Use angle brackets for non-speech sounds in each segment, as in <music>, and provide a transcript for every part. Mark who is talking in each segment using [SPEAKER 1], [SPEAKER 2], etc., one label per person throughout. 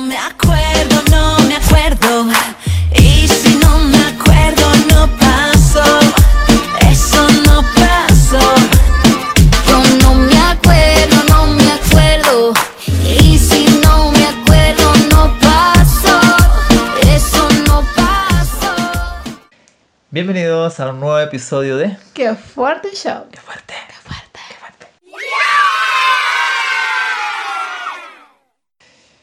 [SPEAKER 1] acuerdo, no me acuerdo. Y si no me acuerdo, no pasó. Eso no pasó. Yo no me acuerdo, no me acuerdo. Y si no me acuerdo, no pasó. Eso no pasó.
[SPEAKER 2] Bienvenidos a un nuevo episodio de
[SPEAKER 3] ¡Qué fuerte show!
[SPEAKER 2] Qué fuerte. Qué fuerte. Qué fuerte.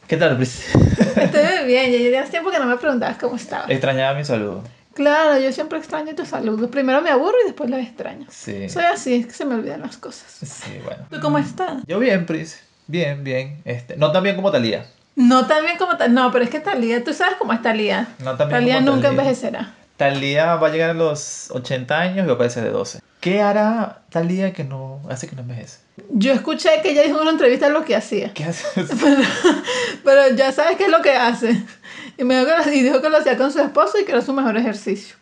[SPEAKER 2] ¿Qué tal, Pris?
[SPEAKER 3] Estoy muy bien, ya llevas tiempo que no me preguntabas cómo estaba.
[SPEAKER 2] <laughs> Extrañaba mi saludo.
[SPEAKER 3] Claro, yo siempre extraño tus saludos. Primero me aburro y después los extraño.
[SPEAKER 2] Sí.
[SPEAKER 3] Soy así, es que se me olvidan las cosas.
[SPEAKER 2] Sí, bueno.
[SPEAKER 3] ¿Tú cómo estás?
[SPEAKER 2] Yo bien, Pris. Bien, bien. Este, no tan bien como Talía.
[SPEAKER 3] No tan bien como tal. No, pero es que Talía, tú sabes cómo es Talía.
[SPEAKER 2] No tan bien
[SPEAKER 3] Talía
[SPEAKER 2] como
[SPEAKER 3] nunca
[SPEAKER 2] Thalía.
[SPEAKER 3] envejecerá.
[SPEAKER 2] Talía va a llegar a los 80 años y va a parecer de 12. ¿Qué hará Talía que no hace que no envejece?
[SPEAKER 3] Yo escuché que ella dijo en una entrevista lo que hacía.
[SPEAKER 2] ¿Qué hace?
[SPEAKER 3] Pero, pero ya sabes qué es lo que hace. Y, me dijo que lo, y dijo que lo hacía con su esposo y que era su mejor ejercicio.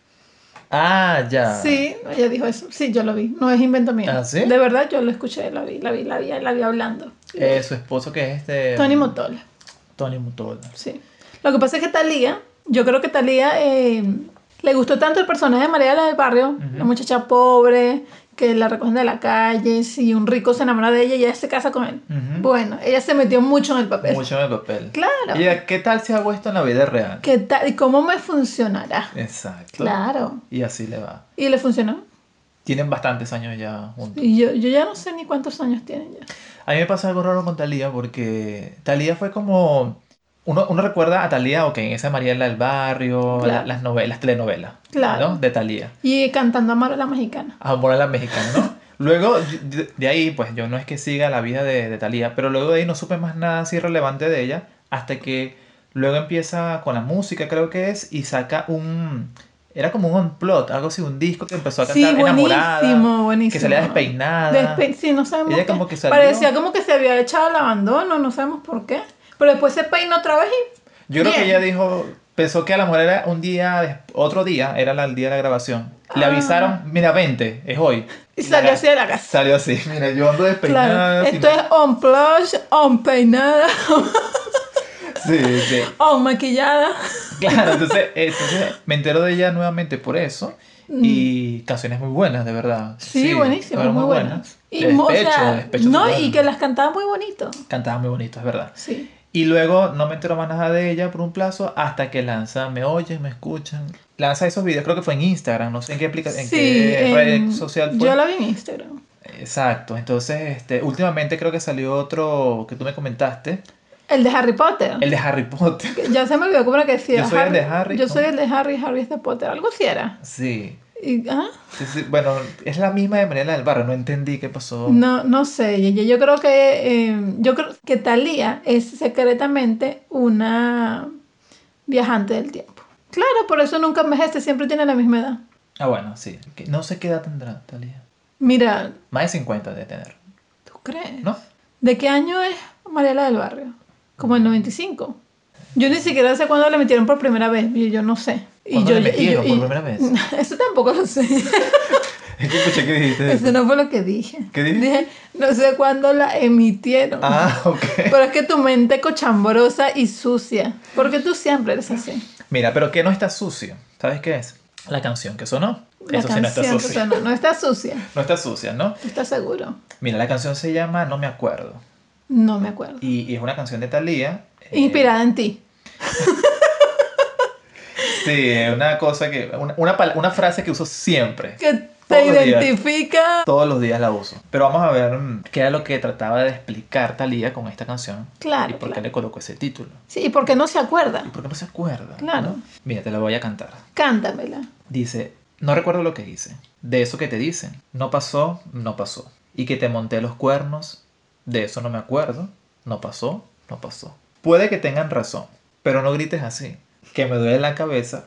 [SPEAKER 2] ah, ya.
[SPEAKER 3] Sí, ella dijo eso. Sí, yo lo vi. No es invento mío.
[SPEAKER 2] ¿Ah, sí?
[SPEAKER 3] De verdad, yo lo escuché, la vi, la vi, la vi, la vi hablando.
[SPEAKER 2] Eh, su esposo que es este.
[SPEAKER 3] Tony Motola.
[SPEAKER 2] Tony Motola.
[SPEAKER 3] Sí. Lo que pasa es que Talía, yo creo que Talía eh, le gustó tanto el personaje de María de la del Barrio, la muchacha pobre, que la recogen de la calle, si un rico se enamora de ella y ella se casa con él.
[SPEAKER 2] Ujú.
[SPEAKER 3] Bueno, ella se metió mucho en el papel.
[SPEAKER 2] Mucho en el papel.
[SPEAKER 3] Claro.
[SPEAKER 2] Y ¿qué tal si hago esto en la vida real?
[SPEAKER 3] ¿Qué tal? ¿Y cómo me funcionará?
[SPEAKER 2] Exacto.
[SPEAKER 3] Claro.
[SPEAKER 2] Y así le va.
[SPEAKER 3] Y le funcionó.
[SPEAKER 2] Tienen bastantes años ya juntos.
[SPEAKER 3] Y yo, yo ya no sé ni cuántos años tienen ya.
[SPEAKER 2] A mí me pasó algo raro con Talía porque Talía fue como... Uno, uno recuerda a Talía, ok, en esa Mariela del Barrio,
[SPEAKER 3] Claro.
[SPEAKER 2] la- las novelas, telenovelas,
[SPEAKER 3] Claro.
[SPEAKER 2] ¿no? De Talía.
[SPEAKER 3] Y cantando Amar a la Mexicana.
[SPEAKER 2] Amor a la mexicana,
[SPEAKER 3] <laughs>
[SPEAKER 2] ¿no? Luego, yo- de, de ahí, pues yo no es que siga la vida de, de Talía, pero luego de ahí no supe más nada así relevante de ella, hasta que luego empieza con la música, creo que es, y saca un... Era como un plot, algo así, un disco que empezó a
[SPEAKER 3] Sí,
[SPEAKER 2] cantar enamorada,
[SPEAKER 3] buenísimo, buenísimo.
[SPEAKER 2] que salía despeinada.
[SPEAKER 3] Despe- sí, no sabemos.
[SPEAKER 2] Ella
[SPEAKER 3] qué.
[SPEAKER 2] como que salió-
[SPEAKER 3] Parecía como que se había echado al abandono, no sabemos por qué. Pero después se peinó otra vez y.
[SPEAKER 2] Yo creo que
[SPEAKER 3] Bien.
[SPEAKER 2] ella dijo, pensó que a lo mejor era un día, des- otro día, era la- el día de la grabación. Le
[SPEAKER 3] Ah.
[SPEAKER 2] avisaron, mira, vente, es hoy.
[SPEAKER 3] Y salió así de la casa.
[SPEAKER 2] Salió así, mira, yo ando despeinada.
[SPEAKER 3] Claro.
[SPEAKER 2] sin-
[SPEAKER 3] Esto es on plush, on peinada, <laughs>
[SPEAKER 2] Sí, sí.
[SPEAKER 3] on maquillada.
[SPEAKER 2] Claro, entonces, entonces me entero de ella nuevamente por eso. Y canciones muy buenas, de verdad.
[SPEAKER 3] Mm. Sí, buenísimo,
[SPEAKER 2] fueron
[SPEAKER 3] muy buena. Y
[SPEAKER 2] Despecho,
[SPEAKER 3] o sea,
[SPEAKER 2] despecho
[SPEAKER 3] no,
[SPEAKER 2] total.
[SPEAKER 3] y que las cantaba muy bonito.
[SPEAKER 2] Cantaba muy bonito, es verdad.
[SPEAKER 3] Sí.
[SPEAKER 2] Y luego no me entero más nada de ella por un plazo hasta que lanza Me Oyen, Me Escuchan. Lanza esos videos, creo que fue en Instagram, no sé en qué, aplica en
[SPEAKER 3] sí,
[SPEAKER 2] qué
[SPEAKER 3] en-
[SPEAKER 2] red social fue.
[SPEAKER 3] Yo la vi en Instagram.
[SPEAKER 2] Exacto, entonces este, últimamente creo que salió otro que tú me comentaste,
[SPEAKER 3] El de Harry Potter.
[SPEAKER 2] el de Harry Potter. <laughs>
[SPEAKER 3] Que Ya se me olvidó cómo era que decía.
[SPEAKER 2] Yo soy el de Harry,
[SPEAKER 3] Yo
[SPEAKER 2] ¿no?
[SPEAKER 3] soy el de Harry, Harry es de Potter. Algo así era.
[SPEAKER 2] Sí,
[SPEAKER 3] Y, ¿ah?
[SPEAKER 2] sí, sí, bueno, es la misma de Mariela del Barrio, no entendí qué pasó.
[SPEAKER 3] No, no sé, Yeye. Yo creo que eh, yo creo que Thalía es secretamente una viajante del tiempo. Claro, por eso nunca envejece, siempre tiene la misma edad.
[SPEAKER 2] Ah, bueno, sí. Que No sé qué edad tendrá, Talía.
[SPEAKER 3] Mira,
[SPEAKER 2] Más de 50 de tener,
[SPEAKER 3] ¿tú crees?
[SPEAKER 2] ¿no?
[SPEAKER 3] ¿De qué año es Mariela del Barrio? Como el 95. Yo ni siquiera sé cuándo le metieron por primera vez, yo, yo no sé.
[SPEAKER 2] ¿Cuándo
[SPEAKER 3] yo,
[SPEAKER 2] le metieron
[SPEAKER 3] y-
[SPEAKER 2] por primera vez?
[SPEAKER 3] <laughs> Eso tampoco lo sé.
[SPEAKER 2] Es que escuché que dijiste
[SPEAKER 3] Eso no fue lo que dije.
[SPEAKER 2] ¿Qué dijiste?
[SPEAKER 3] Dije, no sé cuándo la emitieron.
[SPEAKER 2] Ah, ok.
[SPEAKER 3] Pero es que tu mente cochambrosa y sucia. Porque tú siempre eres así.
[SPEAKER 2] Mira, pero que no está sucio. ¿Sabes qué es? La canción que sonó.
[SPEAKER 3] La
[SPEAKER 2] Eso sí no está
[SPEAKER 3] canción que
[SPEAKER 2] sucio.
[SPEAKER 3] suena. No está sucia.
[SPEAKER 2] No está sucia, ¿no?
[SPEAKER 3] ¿Tú estás seguro?
[SPEAKER 2] Mira, la canción se llama No me acuerdo.
[SPEAKER 3] No me acuerdo.
[SPEAKER 2] Y, y es una canción de Eh, Talía.
[SPEAKER 3] Inspirada en ti.
[SPEAKER 2] Sí, es una cosa que. Una, una, pal- una frase que uso siempre.
[SPEAKER 3] Que te
[SPEAKER 2] Todos los días.
[SPEAKER 3] identifica.
[SPEAKER 2] Todos los días la uso. Pero vamos a ver mm, qué era lo que trataba de explicar Talía con esta canción.
[SPEAKER 3] Claro,
[SPEAKER 2] Y por qué
[SPEAKER 3] claro.
[SPEAKER 2] le colocó ese título.
[SPEAKER 3] Sí, y porque no se acuerda.
[SPEAKER 2] Y por qué no se acuerda.
[SPEAKER 3] Claro.
[SPEAKER 2] ¿no? Mira, te la voy a cantar.
[SPEAKER 3] Cántamela. <laughs>
[SPEAKER 2] Dice: No recuerdo lo que hice. De eso que te dicen. No pasó, no pasó. Y que te monté los cuernos. De eso no me acuerdo. No pasó, no pasó. Puede que tengan razón. Pero no grites así. Que me duele la cabeza.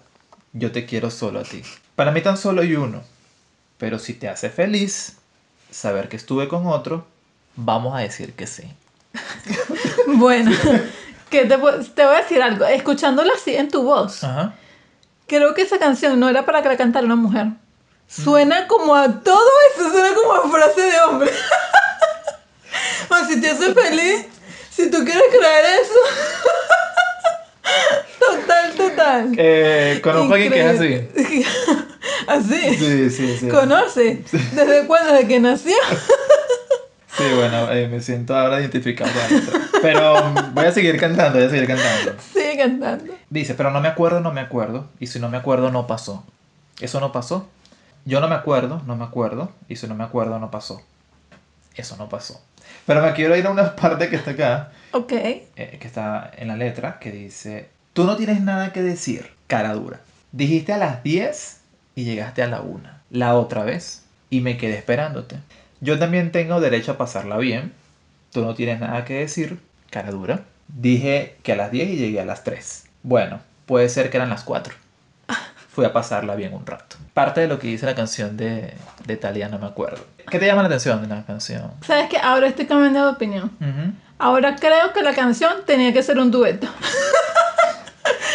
[SPEAKER 2] Yo te quiero solo a ti. Para mí tan solo hay uno. Pero si te hace feliz saber que estuve con otro, vamos a decir que sí.
[SPEAKER 3] Bueno, <laughs> que te, pu- te voy a decir algo. Escuchándola así en tu voz,
[SPEAKER 2] Ajá.
[SPEAKER 3] creo que esa canción no era para que la cantara una mujer.
[SPEAKER 2] Mm.
[SPEAKER 3] Suena como a todo eso, suena como a frase de hombre. <laughs> <laughs> o si te hace feliz, si tú quieres creer eso. brutal.
[SPEAKER 2] Eh, conozco a alguien que es así.
[SPEAKER 3] así. <laughs> así.
[SPEAKER 2] Sí, sí, sí.
[SPEAKER 3] ¿Conoce? ¿Desde cuándo? ¿Desde que nació? <laughs>
[SPEAKER 2] Sí, bueno, eh, me siento ahora identificado. con esto. Pero mm, voy a seguir cantando, voy a seguir cantando.
[SPEAKER 3] Sigue cantando.
[SPEAKER 2] Dice, pero no me acuerdo, no me acuerdo. Y si no me acuerdo, no pasó. Eso no pasó. Yo no me acuerdo, no me acuerdo. Y si no me acuerdo, no pasó. Eso no pasó. Pero me quiero ir a una <laughs> parte que está acá,
[SPEAKER 3] Ok.
[SPEAKER 2] eh, que está en la letra, que dice, tú no tienes nada que decir, cara dura. Dijiste a las 10 y llegaste a la 1. La otra vez. Y me quedé esperándote. Yo también tengo derecho a pasarla bien. Tú no tienes nada que decir, cara dura. Dije que a las 10 y llegué a las 3. Bueno, puede ser que eran las 4. Fui a pasarla bien un rato. Parte de lo que dice la canción de, de Thalía, no me acuerdo. ¿Qué te llama la atención de la canción?
[SPEAKER 3] ¿Sabes qué? Ahora estoy cambiando de opinión.
[SPEAKER 2] Ujú.
[SPEAKER 3] Ahora creo que la canción tenía que ser un dueto.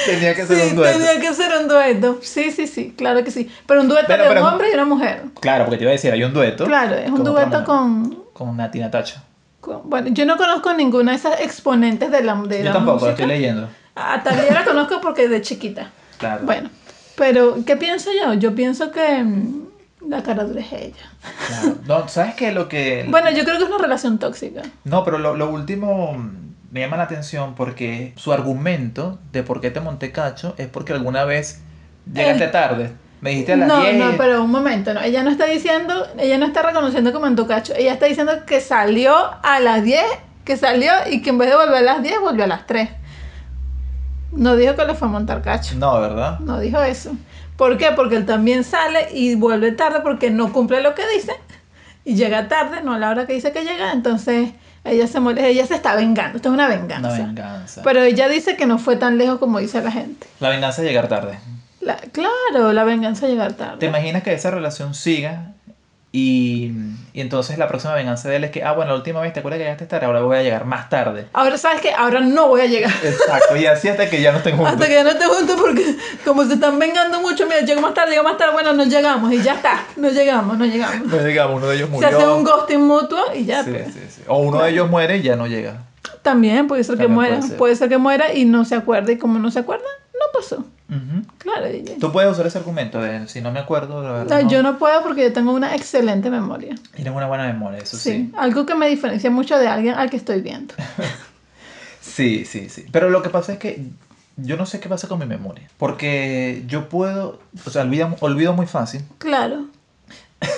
[SPEAKER 2] Tenía que ser
[SPEAKER 3] sí,
[SPEAKER 2] un dueto.
[SPEAKER 3] tenía que ser un dueto. Sí, sí, sí, claro que sí. Pero un dueto
[SPEAKER 2] Pero-
[SPEAKER 3] de
[SPEAKER 2] pero-
[SPEAKER 3] un hombre y una mujer.
[SPEAKER 2] Claro, porque te iba a decir, hay un dueto.
[SPEAKER 3] Claro, es un
[SPEAKER 2] con otra
[SPEAKER 3] dueto
[SPEAKER 2] mujer,
[SPEAKER 3] con,
[SPEAKER 2] Con Nati Natacha.
[SPEAKER 3] con- Bueno, yo no conozco ninguna de esas exponentes de la, de
[SPEAKER 2] Yo
[SPEAKER 3] la
[SPEAKER 2] tampoco, lo
[SPEAKER 3] música.
[SPEAKER 2] estoy leyendo.
[SPEAKER 3] A Thalía la conozco porque de chiquita.
[SPEAKER 2] Claro.
[SPEAKER 3] Bueno, pero ¿qué pienso yo? Yo pienso que mm, la cara dura es ella.
[SPEAKER 2] claro. No, ¿sabes qué? Lo que...
[SPEAKER 3] Bueno, yo creo que es una relación tóxica.
[SPEAKER 2] No, pero lo, lo último mm, me llama la atención porque su argumento de por qué te monté cacho es porque alguna vez llegaste
[SPEAKER 3] El-
[SPEAKER 2] tarde. Me dijiste a las
[SPEAKER 3] no,
[SPEAKER 2] 10.
[SPEAKER 3] no, pero un momento, no. Ella no está diciendo, ella no está reconociendo que mandó cacho. Ella está diciendo que salió a las 10, que salió y que en vez de volver a las 10, volvió a las 3. No dijo que le fue a montar cacho.
[SPEAKER 2] No, ¿verdad?
[SPEAKER 3] No dijo eso. ¿Por qué? Porque él también sale y vuelve tarde porque no cumple lo que dice y llega tarde, no a la hora que dice que llega. Entonces ella se molesta, ella se está vengando. Esto es una venganza.
[SPEAKER 2] Una venganza.
[SPEAKER 3] Pero ella dice que no fue tan lejos como dice la gente.
[SPEAKER 2] La venganza de llegar tarde.
[SPEAKER 3] La- claro, la venganza es llegar tarde.
[SPEAKER 2] ¿Te imaginas que esa relación siga? Y, y entonces la próxima venganza de él es que, ah, bueno, la última vez te acuerdas que llegaste tarde, ahora voy a llegar más tarde.
[SPEAKER 3] Ahora sabes que ahora no voy a llegar.
[SPEAKER 2] Exacto, y así hasta que ya no estén juntos.
[SPEAKER 3] Hasta que ya no te junto porque como se están vengando mucho, mira, llego más tarde, llego más tarde, bueno, no llegamos y ya está, no llegamos, no llegamos.
[SPEAKER 2] No llegamos, Pues, uno de
[SPEAKER 3] <laughs>
[SPEAKER 2] ellos murió.
[SPEAKER 3] Se hace un ghosting mutuo y ya.
[SPEAKER 2] Sí,
[SPEAKER 3] pues.
[SPEAKER 2] sí, sí. O uno de ellos muere y ya no llega.
[SPEAKER 3] También puede ser que
[SPEAKER 2] También
[SPEAKER 3] muera,
[SPEAKER 2] puede
[SPEAKER 3] puede
[SPEAKER 2] ser.
[SPEAKER 3] ser. que muera y no se acuerde y como no se acuerda, no pasó.
[SPEAKER 2] Ujú.
[SPEAKER 3] Claro, y-
[SPEAKER 2] Tú puedes usar ese argumento de si no me acuerdo, la verdad.
[SPEAKER 3] No, yo no puedo porque yo tengo una excelente memoria.
[SPEAKER 2] Tienes una buena memoria, eso
[SPEAKER 3] Sí,
[SPEAKER 2] sí.
[SPEAKER 3] algo que me diferencia mucho de alguien al que estoy viendo.
[SPEAKER 2] Sí, sí, sí. Pero lo que pasa es que yo no sé qué pasa con mi memoria. Porque yo puedo, o sea, olvido, olvido muy fácil.
[SPEAKER 3] Claro.
[SPEAKER 2] Me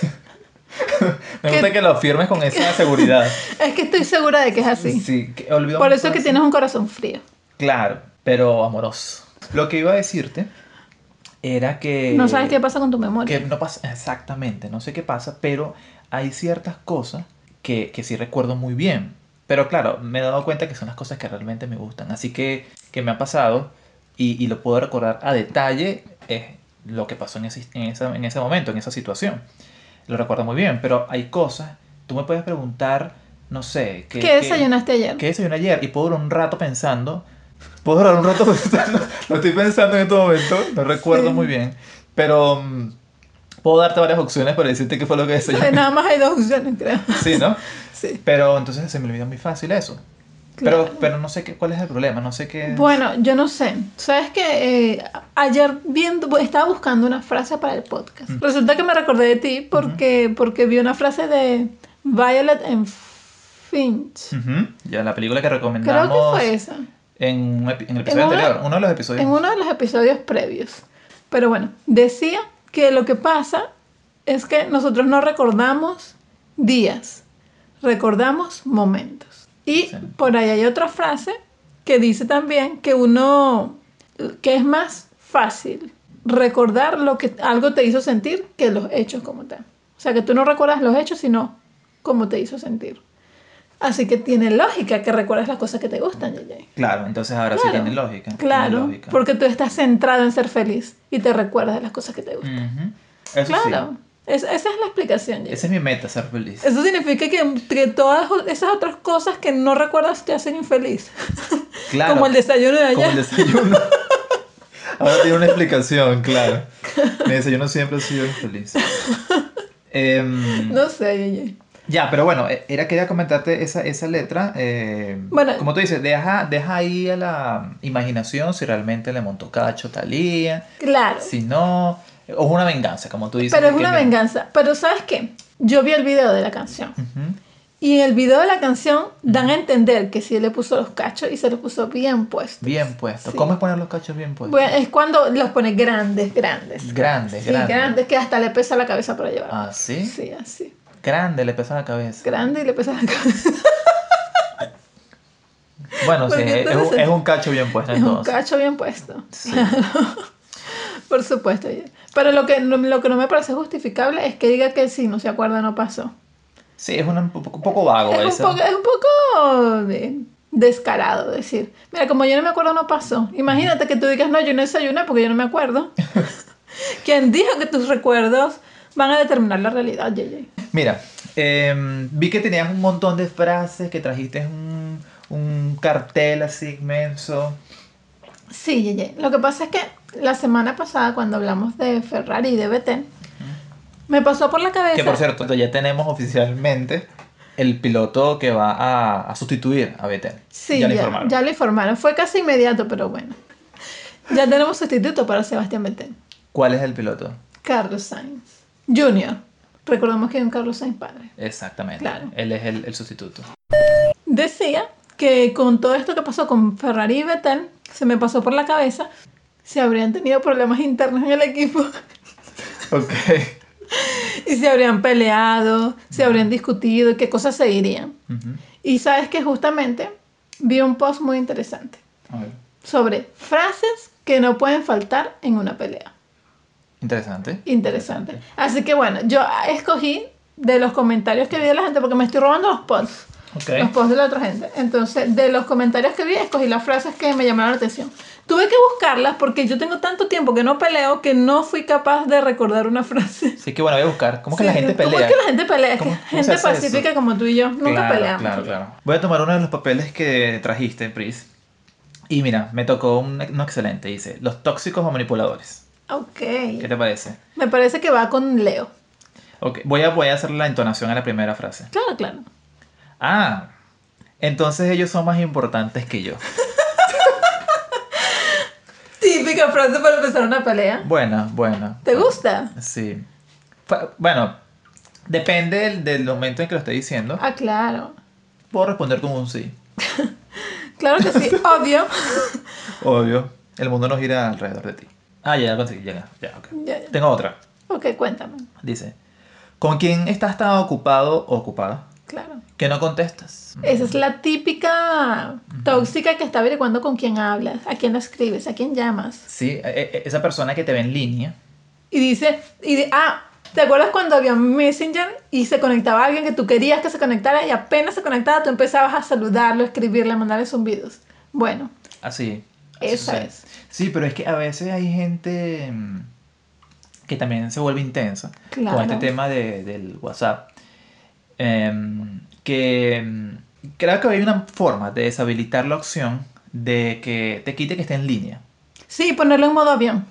[SPEAKER 3] ¿Qué?
[SPEAKER 2] gusta que lo afirmes con
[SPEAKER 3] <laughs>
[SPEAKER 2] esa seguridad.
[SPEAKER 3] Es que estoy segura de que es así.
[SPEAKER 2] Sí, que olvido
[SPEAKER 3] Por
[SPEAKER 2] muy
[SPEAKER 3] eso es que
[SPEAKER 2] fácil.
[SPEAKER 3] tienes un corazón frío.
[SPEAKER 2] Claro, pero amoroso. Lo que iba a decirte era que...
[SPEAKER 3] No sabes qué pasa con tu memoria.
[SPEAKER 2] Que no pasa, exactamente, no sé qué pasa, pero hay ciertas cosas que, que sí recuerdo muy bien. Pero claro, me he dado cuenta que son las cosas que realmente me gustan. Así que, que me ha pasado y, y lo puedo recordar a detalle es lo que pasó en ese, en, esa- en ese momento, en esa situación. Lo recuerdo muy bien, pero hay cosas, tú me puedes preguntar, no sé, que,
[SPEAKER 3] ¿Qué desayunaste ayer?
[SPEAKER 2] ¿Qué desayuné ayer? Y puedo durar un rato pensando. Puedo durar un rato <laughs> pensando. Lo estoy pensando en este momento. No recuerdo
[SPEAKER 3] Sí.
[SPEAKER 2] muy bien. Pero mm, puedo darte varias opciones para decirte qué fue lo que desayuné.
[SPEAKER 3] <laughs> Nada más hay dos opciones, creo. <laughs>
[SPEAKER 2] Sí, ¿no?
[SPEAKER 3] Sí.
[SPEAKER 2] Pero entonces se me olvida muy fácil eso. Pero, pero no sé qué, cuál es el problema. No sé qué.
[SPEAKER 3] Bueno, yo no sé. Sabes que ayer viendo, estaba buscando una frase para el podcast. Resulta que me recordé de ti porque, porque vi una frase de Violet and Finch.
[SPEAKER 2] Ujú. Ya la película que
[SPEAKER 3] Creo que
[SPEAKER 2] recomendamos
[SPEAKER 3] fue esa.
[SPEAKER 2] en, un epi- en el episodio
[SPEAKER 3] En una-
[SPEAKER 2] anterior. Uno de los episodios.
[SPEAKER 3] En uno de los episodios previos. Pero bueno, decía que lo que pasa es que nosotros no recordamos días, recordamos momentos. Y
[SPEAKER 2] Sí.
[SPEAKER 3] por ahí hay otra frase que dice también que uno, que es más fácil recordar lo que algo te hizo sentir que los hechos como tal. O sea, que tú no recuerdas los hechos, sino cómo te hizo sentir. Así que tiene lógica que recuerdes las cosas que te gustan, Yeye.
[SPEAKER 2] Claro, entonces ahora sí
[SPEAKER 3] Claro,
[SPEAKER 2] tiene lógica. tiene
[SPEAKER 3] Claro,
[SPEAKER 2] lógica.
[SPEAKER 3] porque tú estás centrado en ser feliz y te recuerdas de las cosas que te gustan.
[SPEAKER 2] Ujú. Eso
[SPEAKER 3] claro,
[SPEAKER 2] sí.
[SPEAKER 3] es- esa es la explicación. Jay.
[SPEAKER 2] Esa es mi meta, ser feliz.
[SPEAKER 3] Eso significa que, que todas esas otras cosas que no recuerdas te hacen infeliz.
[SPEAKER 2] Claro.
[SPEAKER 3] Como el desayuno de ayer.
[SPEAKER 2] Como el desayuno. <laughs> Ahora tiene una explicación, claro. Mi desayuno siempre ha sido infeliz. Em,
[SPEAKER 3] No sé, Yeye.
[SPEAKER 2] Ya, pero bueno, eh, era quería comentarte esa, esa letra. eh,
[SPEAKER 3] Bueno.
[SPEAKER 2] como tú dices, deja, deja ahí a la imaginación si realmente le montó cacho Talía,
[SPEAKER 3] Claro.
[SPEAKER 2] si no. O es una venganza, como tú dices.
[SPEAKER 3] pero es
[SPEAKER 2] que
[SPEAKER 3] una
[SPEAKER 2] me-
[SPEAKER 3] venganza. Pero ¿sabes qué? Yo vi el video de la canción.
[SPEAKER 2] Ujú.
[SPEAKER 3] Y en el video de la canción dan a entender que sí le puso los cachos y se los puso bien puestos.
[SPEAKER 2] Bien puesto.
[SPEAKER 3] Sí.
[SPEAKER 2] ¿Cómo es poner los cachos bien puestos?
[SPEAKER 3] Bueno, es cuando los pone grandes, grandes.
[SPEAKER 2] Grandes,
[SPEAKER 3] Sí,
[SPEAKER 2] grandes.
[SPEAKER 3] grandes, que hasta le pesa la cabeza para llevar.
[SPEAKER 2] Ah, ¿sí?
[SPEAKER 3] Sí, así.
[SPEAKER 2] Grande, le pesa la cabeza.
[SPEAKER 3] Grande y le pesa la cabeza.
[SPEAKER 2] Bueno, sí,
[SPEAKER 3] Porque
[SPEAKER 2] es, es un-
[SPEAKER 3] entonces-
[SPEAKER 2] es un cacho bien puesto
[SPEAKER 3] Es un
[SPEAKER 2] entonces.
[SPEAKER 3] cacho bien puesto.
[SPEAKER 2] Sí.
[SPEAKER 3] Por supuesto. oye. Pero lo que, no- lo que no me parece justificable es que diga que si no se acuerda no pasó.
[SPEAKER 2] Sí, es una- un poco, un poco vago
[SPEAKER 3] Es <laughs> un
[SPEAKER 2] eso.
[SPEAKER 3] poco, es un poco eh, descarado decir, mira, como yo no me acuerdo no pasó. Imagínate que tú digas, no, yo no desayuné porque yo no
[SPEAKER 2] <laughs>
[SPEAKER 3] me acuerdo. Quien dijo que tus recuerdos van a determinar la realidad, Yeye?
[SPEAKER 2] Mira, em, vi que tenías un montón de frases, que trajiste un, un cartel así inmenso.
[SPEAKER 3] Sí, Yeye. Lo que pasa es que la semana pasada cuando hablamos de Ferrari y de BT, me pasó por la cabeza...
[SPEAKER 2] Que por cierto, ya tenemos oficialmente el piloto que va a, a sustituir a Vettel.
[SPEAKER 3] Sí,
[SPEAKER 2] ya
[SPEAKER 3] ya,
[SPEAKER 2] lo informaron.
[SPEAKER 3] ya lo informaron. Fue casi inmediato, pero bueno. Ya tenemos sustituto para Sebastián Vettel.
[SPEAKER 2] ¿Cuál es el piloto?
[SPEAKER 3] Carlos Sainz Junior. Recordamos que hay un Carlos Sainz padre.
[SPEAKER 2] Exactamente.
[SPEAKER 3] Claro.
[SPEAKER 2] Él es el, el sustituto.
[SPEAKER 3] Decía que con todo esto que pasó con Ferrari y Vettel, se me pasó por la cabeza si habrían tenido problemas internos en el equipo <laughs>
[SPEAKER 2] Ok.
[SPEAKER 3] y se habrían peleado, se habrían discutido y qué cosas se dirían.
[SPEAKER 2] Ujú.
[SPEAKER 3] Y sabes que justamente vi un post muy interesante
[SPEAKER 2] A ver.
[SPEAKER 3] sobre frases que no pueden faltar en una pelea.
[SPEAKER 2] Interesante.
[SPEAKER 3] Interesante. Así que bueno, yo escogí de los comentarios que vi de la gente porque me estoy robando los posts. Los
[SPEAKER 2] Ok.
[SPEAKER 3] posts de la otra gente. Entonces, de los comentarios que vi, escogí las frases que me llamaron la atención. Tuve que buscarlas porque yo tengo tanto tiempo que no peleo que no fui capaz de recordar una frase.
[SPEAKER 2] Así que bueno, voy a buscar. ¿Cómo que la
[SPEAKER 3] Sí,
[SPEAKER 2] gente pelea?
[SPEAKER 3] ¿Cómo es que la gente pelea? Es que
[SPEAKER 2] ¿Cómo- cómo se
[SPEAKER 3] gente
[SPEAKER 2] hace eso?
[SPEAKER 3] pacífica como tú y yo nunca
[SPEAKER 2] Claro,
[SPEAKER 3] peleamos.
[SPEAKER 2] Claro, claro. Voy a tomar uno de los papeles que trajiste, Pris. Y mira, me tocó un, uno excelente. Dice, los tóxicos o manipuladores. ¿Qué
[SPEAKER 3] Ok.
[SPEAKER 2] te parece?
[SPEAKER 3] Me parece que va con Leo.
[SPEAKER 2] Ok, voy a, voy a hacer la entonación a la primera frase.
[SPEAKER 3] Claro, claro.
[SPEAKER 2] Ah, entonces ellos son más importantes que yo.
[SPEAKER 3] Típica frase para empezar una pelea.
[SPEAKER 2] Buena, buena.
[SPEAKER 3] ¿Te gusta?
[SPEAKER 2] Sí. Fa- Bueno, depende del, del momento en que lo esté diciendo.
[SPEAKER 3] Ah, claro.
[SPEAKER 2] Puedo responder con un sí.
[SPEAKER 3] Claro que
[SPEAKER 2] <laughs>
[SPEAKER 3] sí, obvio.
[SPEAKER 2] Obvio. El mundo no gira alrededor de ti. Ah, ya, la conseguí, ya, ya, ok.
[SPEAKER 3] Ya, ya.
[SPEAKER 2] Tengo otra.
[SPEAKER 3] Ok, cuéntame.
[SPEAKER 2] Dice, ¿con quién estás tan ocupado o ocupada
[SPEAKER 3] Claro.
[SPEAKER 2] que no contestas?
[SPEAKER 3] Esa es la típica tóxica que está averiguando con quién hablas, a quién le escribes, a quién llamas.
[SPEAKER 2] Sí, e- e- esa persona que te ve en línea.
[SPEAKER 3] Y dice, y di- ah, ¿te acuerdas cuando había Messenger y se conectaba alguien que tú querías que se conectara y apenas se conectaba tú empezabas a saludarlo, escribirle, mandarle zumbidos? Bueno,
[SPEAKER 2] Así. así
[SPEAKER 3] Esa
[SPEAKER 2] sucede.
[SPEAKER 3] es.
[SPEAKER 2] Sí, pero es que a veces hay gente mm, que también se vuelve intensa
[SPEAKER 3] Claro.
[SPEAKER 2] con este tema de- del WhatsApp. Em, que mm, creo que hay una forma de deshabilitar la opción de que te quite que esté en línea.
[SPEAKER 3] sí, ponerlo en modo avión.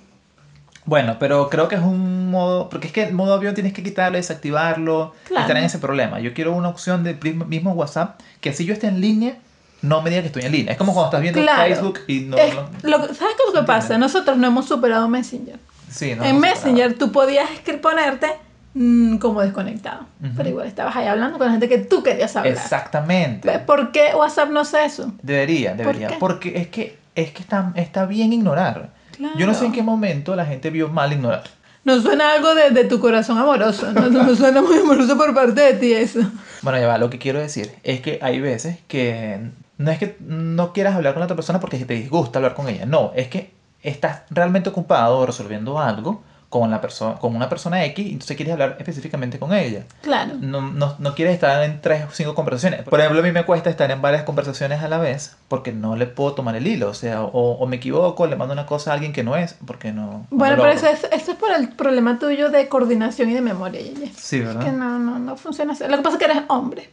[SPEAKER 2] Bueno, pero creo que es un modo, porque es que el modo avión tienes que quitarlo, desactivarlo,
[SPEAKER 3] Claro.
[SPEAKER 2] estar en ese problema. Yo quiero una opción del prim- mismo WhatsApp que si yo esté en línea, no me diga que estoy en línea. Es como cuando estás viendo
[SPEAKER 3] Claro.
[SPEAKER 2] Facebook y no...
[SPEAKER 3] Es-
[SPEAKER 2] no-
[SPEAKER 3] lo que- ¿Sabes qué es lo que pasa?
[SPEAKER 2] Entiendo.
[SPEAKER 3] Nosotros no hemos superado Messenger.
[SPEAKER 2] sí, no-
[SPEAKER 3] en
[SPEAKER 2] no se
[SPEAKER 3] Messenger tú podías escri- ponerte mm, como desconectado,
[SPEAKER 2] Ujú.
[SPEAKER 3] pero igual estabas ahí hablando con la gente que tú querías
[SPEAKER 2] paraba.
[SPEAKER 3] hablar. ¿Ves?
[SPEAKER 2] Exactamente.
[SPEAKER 3] ¿Por qué WhatsApp no hace eso?
[SPEAKER 2] Debería, debería.
[SPEAKER 3] qué?
[SPEAKER 2] Porque es que, es que está, está bien ignorar. Yo no sé en
[SPEAKER 3] Claro.
[SPEAKER 2] qué momento la gente vio mal ignorar.
[SPEAKER 3] No suena algo de, de tu corazón amoroso, no, no suena muy amoroso por parte de ti eso.
[SPEAKER 2] Bueno, ya va, lo que quiero decir es que hay veces que no es que no quieras hablar con la otra persona porque te disgusta hablar con ella, no, es que estás realmente ocupado resolviendo algo con, la persona con una persona X y entonces quieres hablar específicamente con ella.
[SPEAKER 3] Claro,
[SPEAKER 2] No, no, no quieres estar en tres o cinco conversaciones. Por ejemplo, a mí me cuesta estar en varias conversaciones a la vez porque no le puedo tomar el hilo, o sea, o, o me equivoco, le mando una cosa a alguien que no es, porque no... no
[SPEAKER 3] bueno,
[SPEAKER 2] lo
[SPEAKER 3] pero eso
[SPEAKER 2] logro.
[SPEAKER 3] es, eso es por el problema tuyo de coordinación y de memoria, Yeye.
[SPEAKER 2] Sí, ¿verdad?
[SPEAKER 3] Que no, no, no funciona así. Lo que pasa es que eres hombre.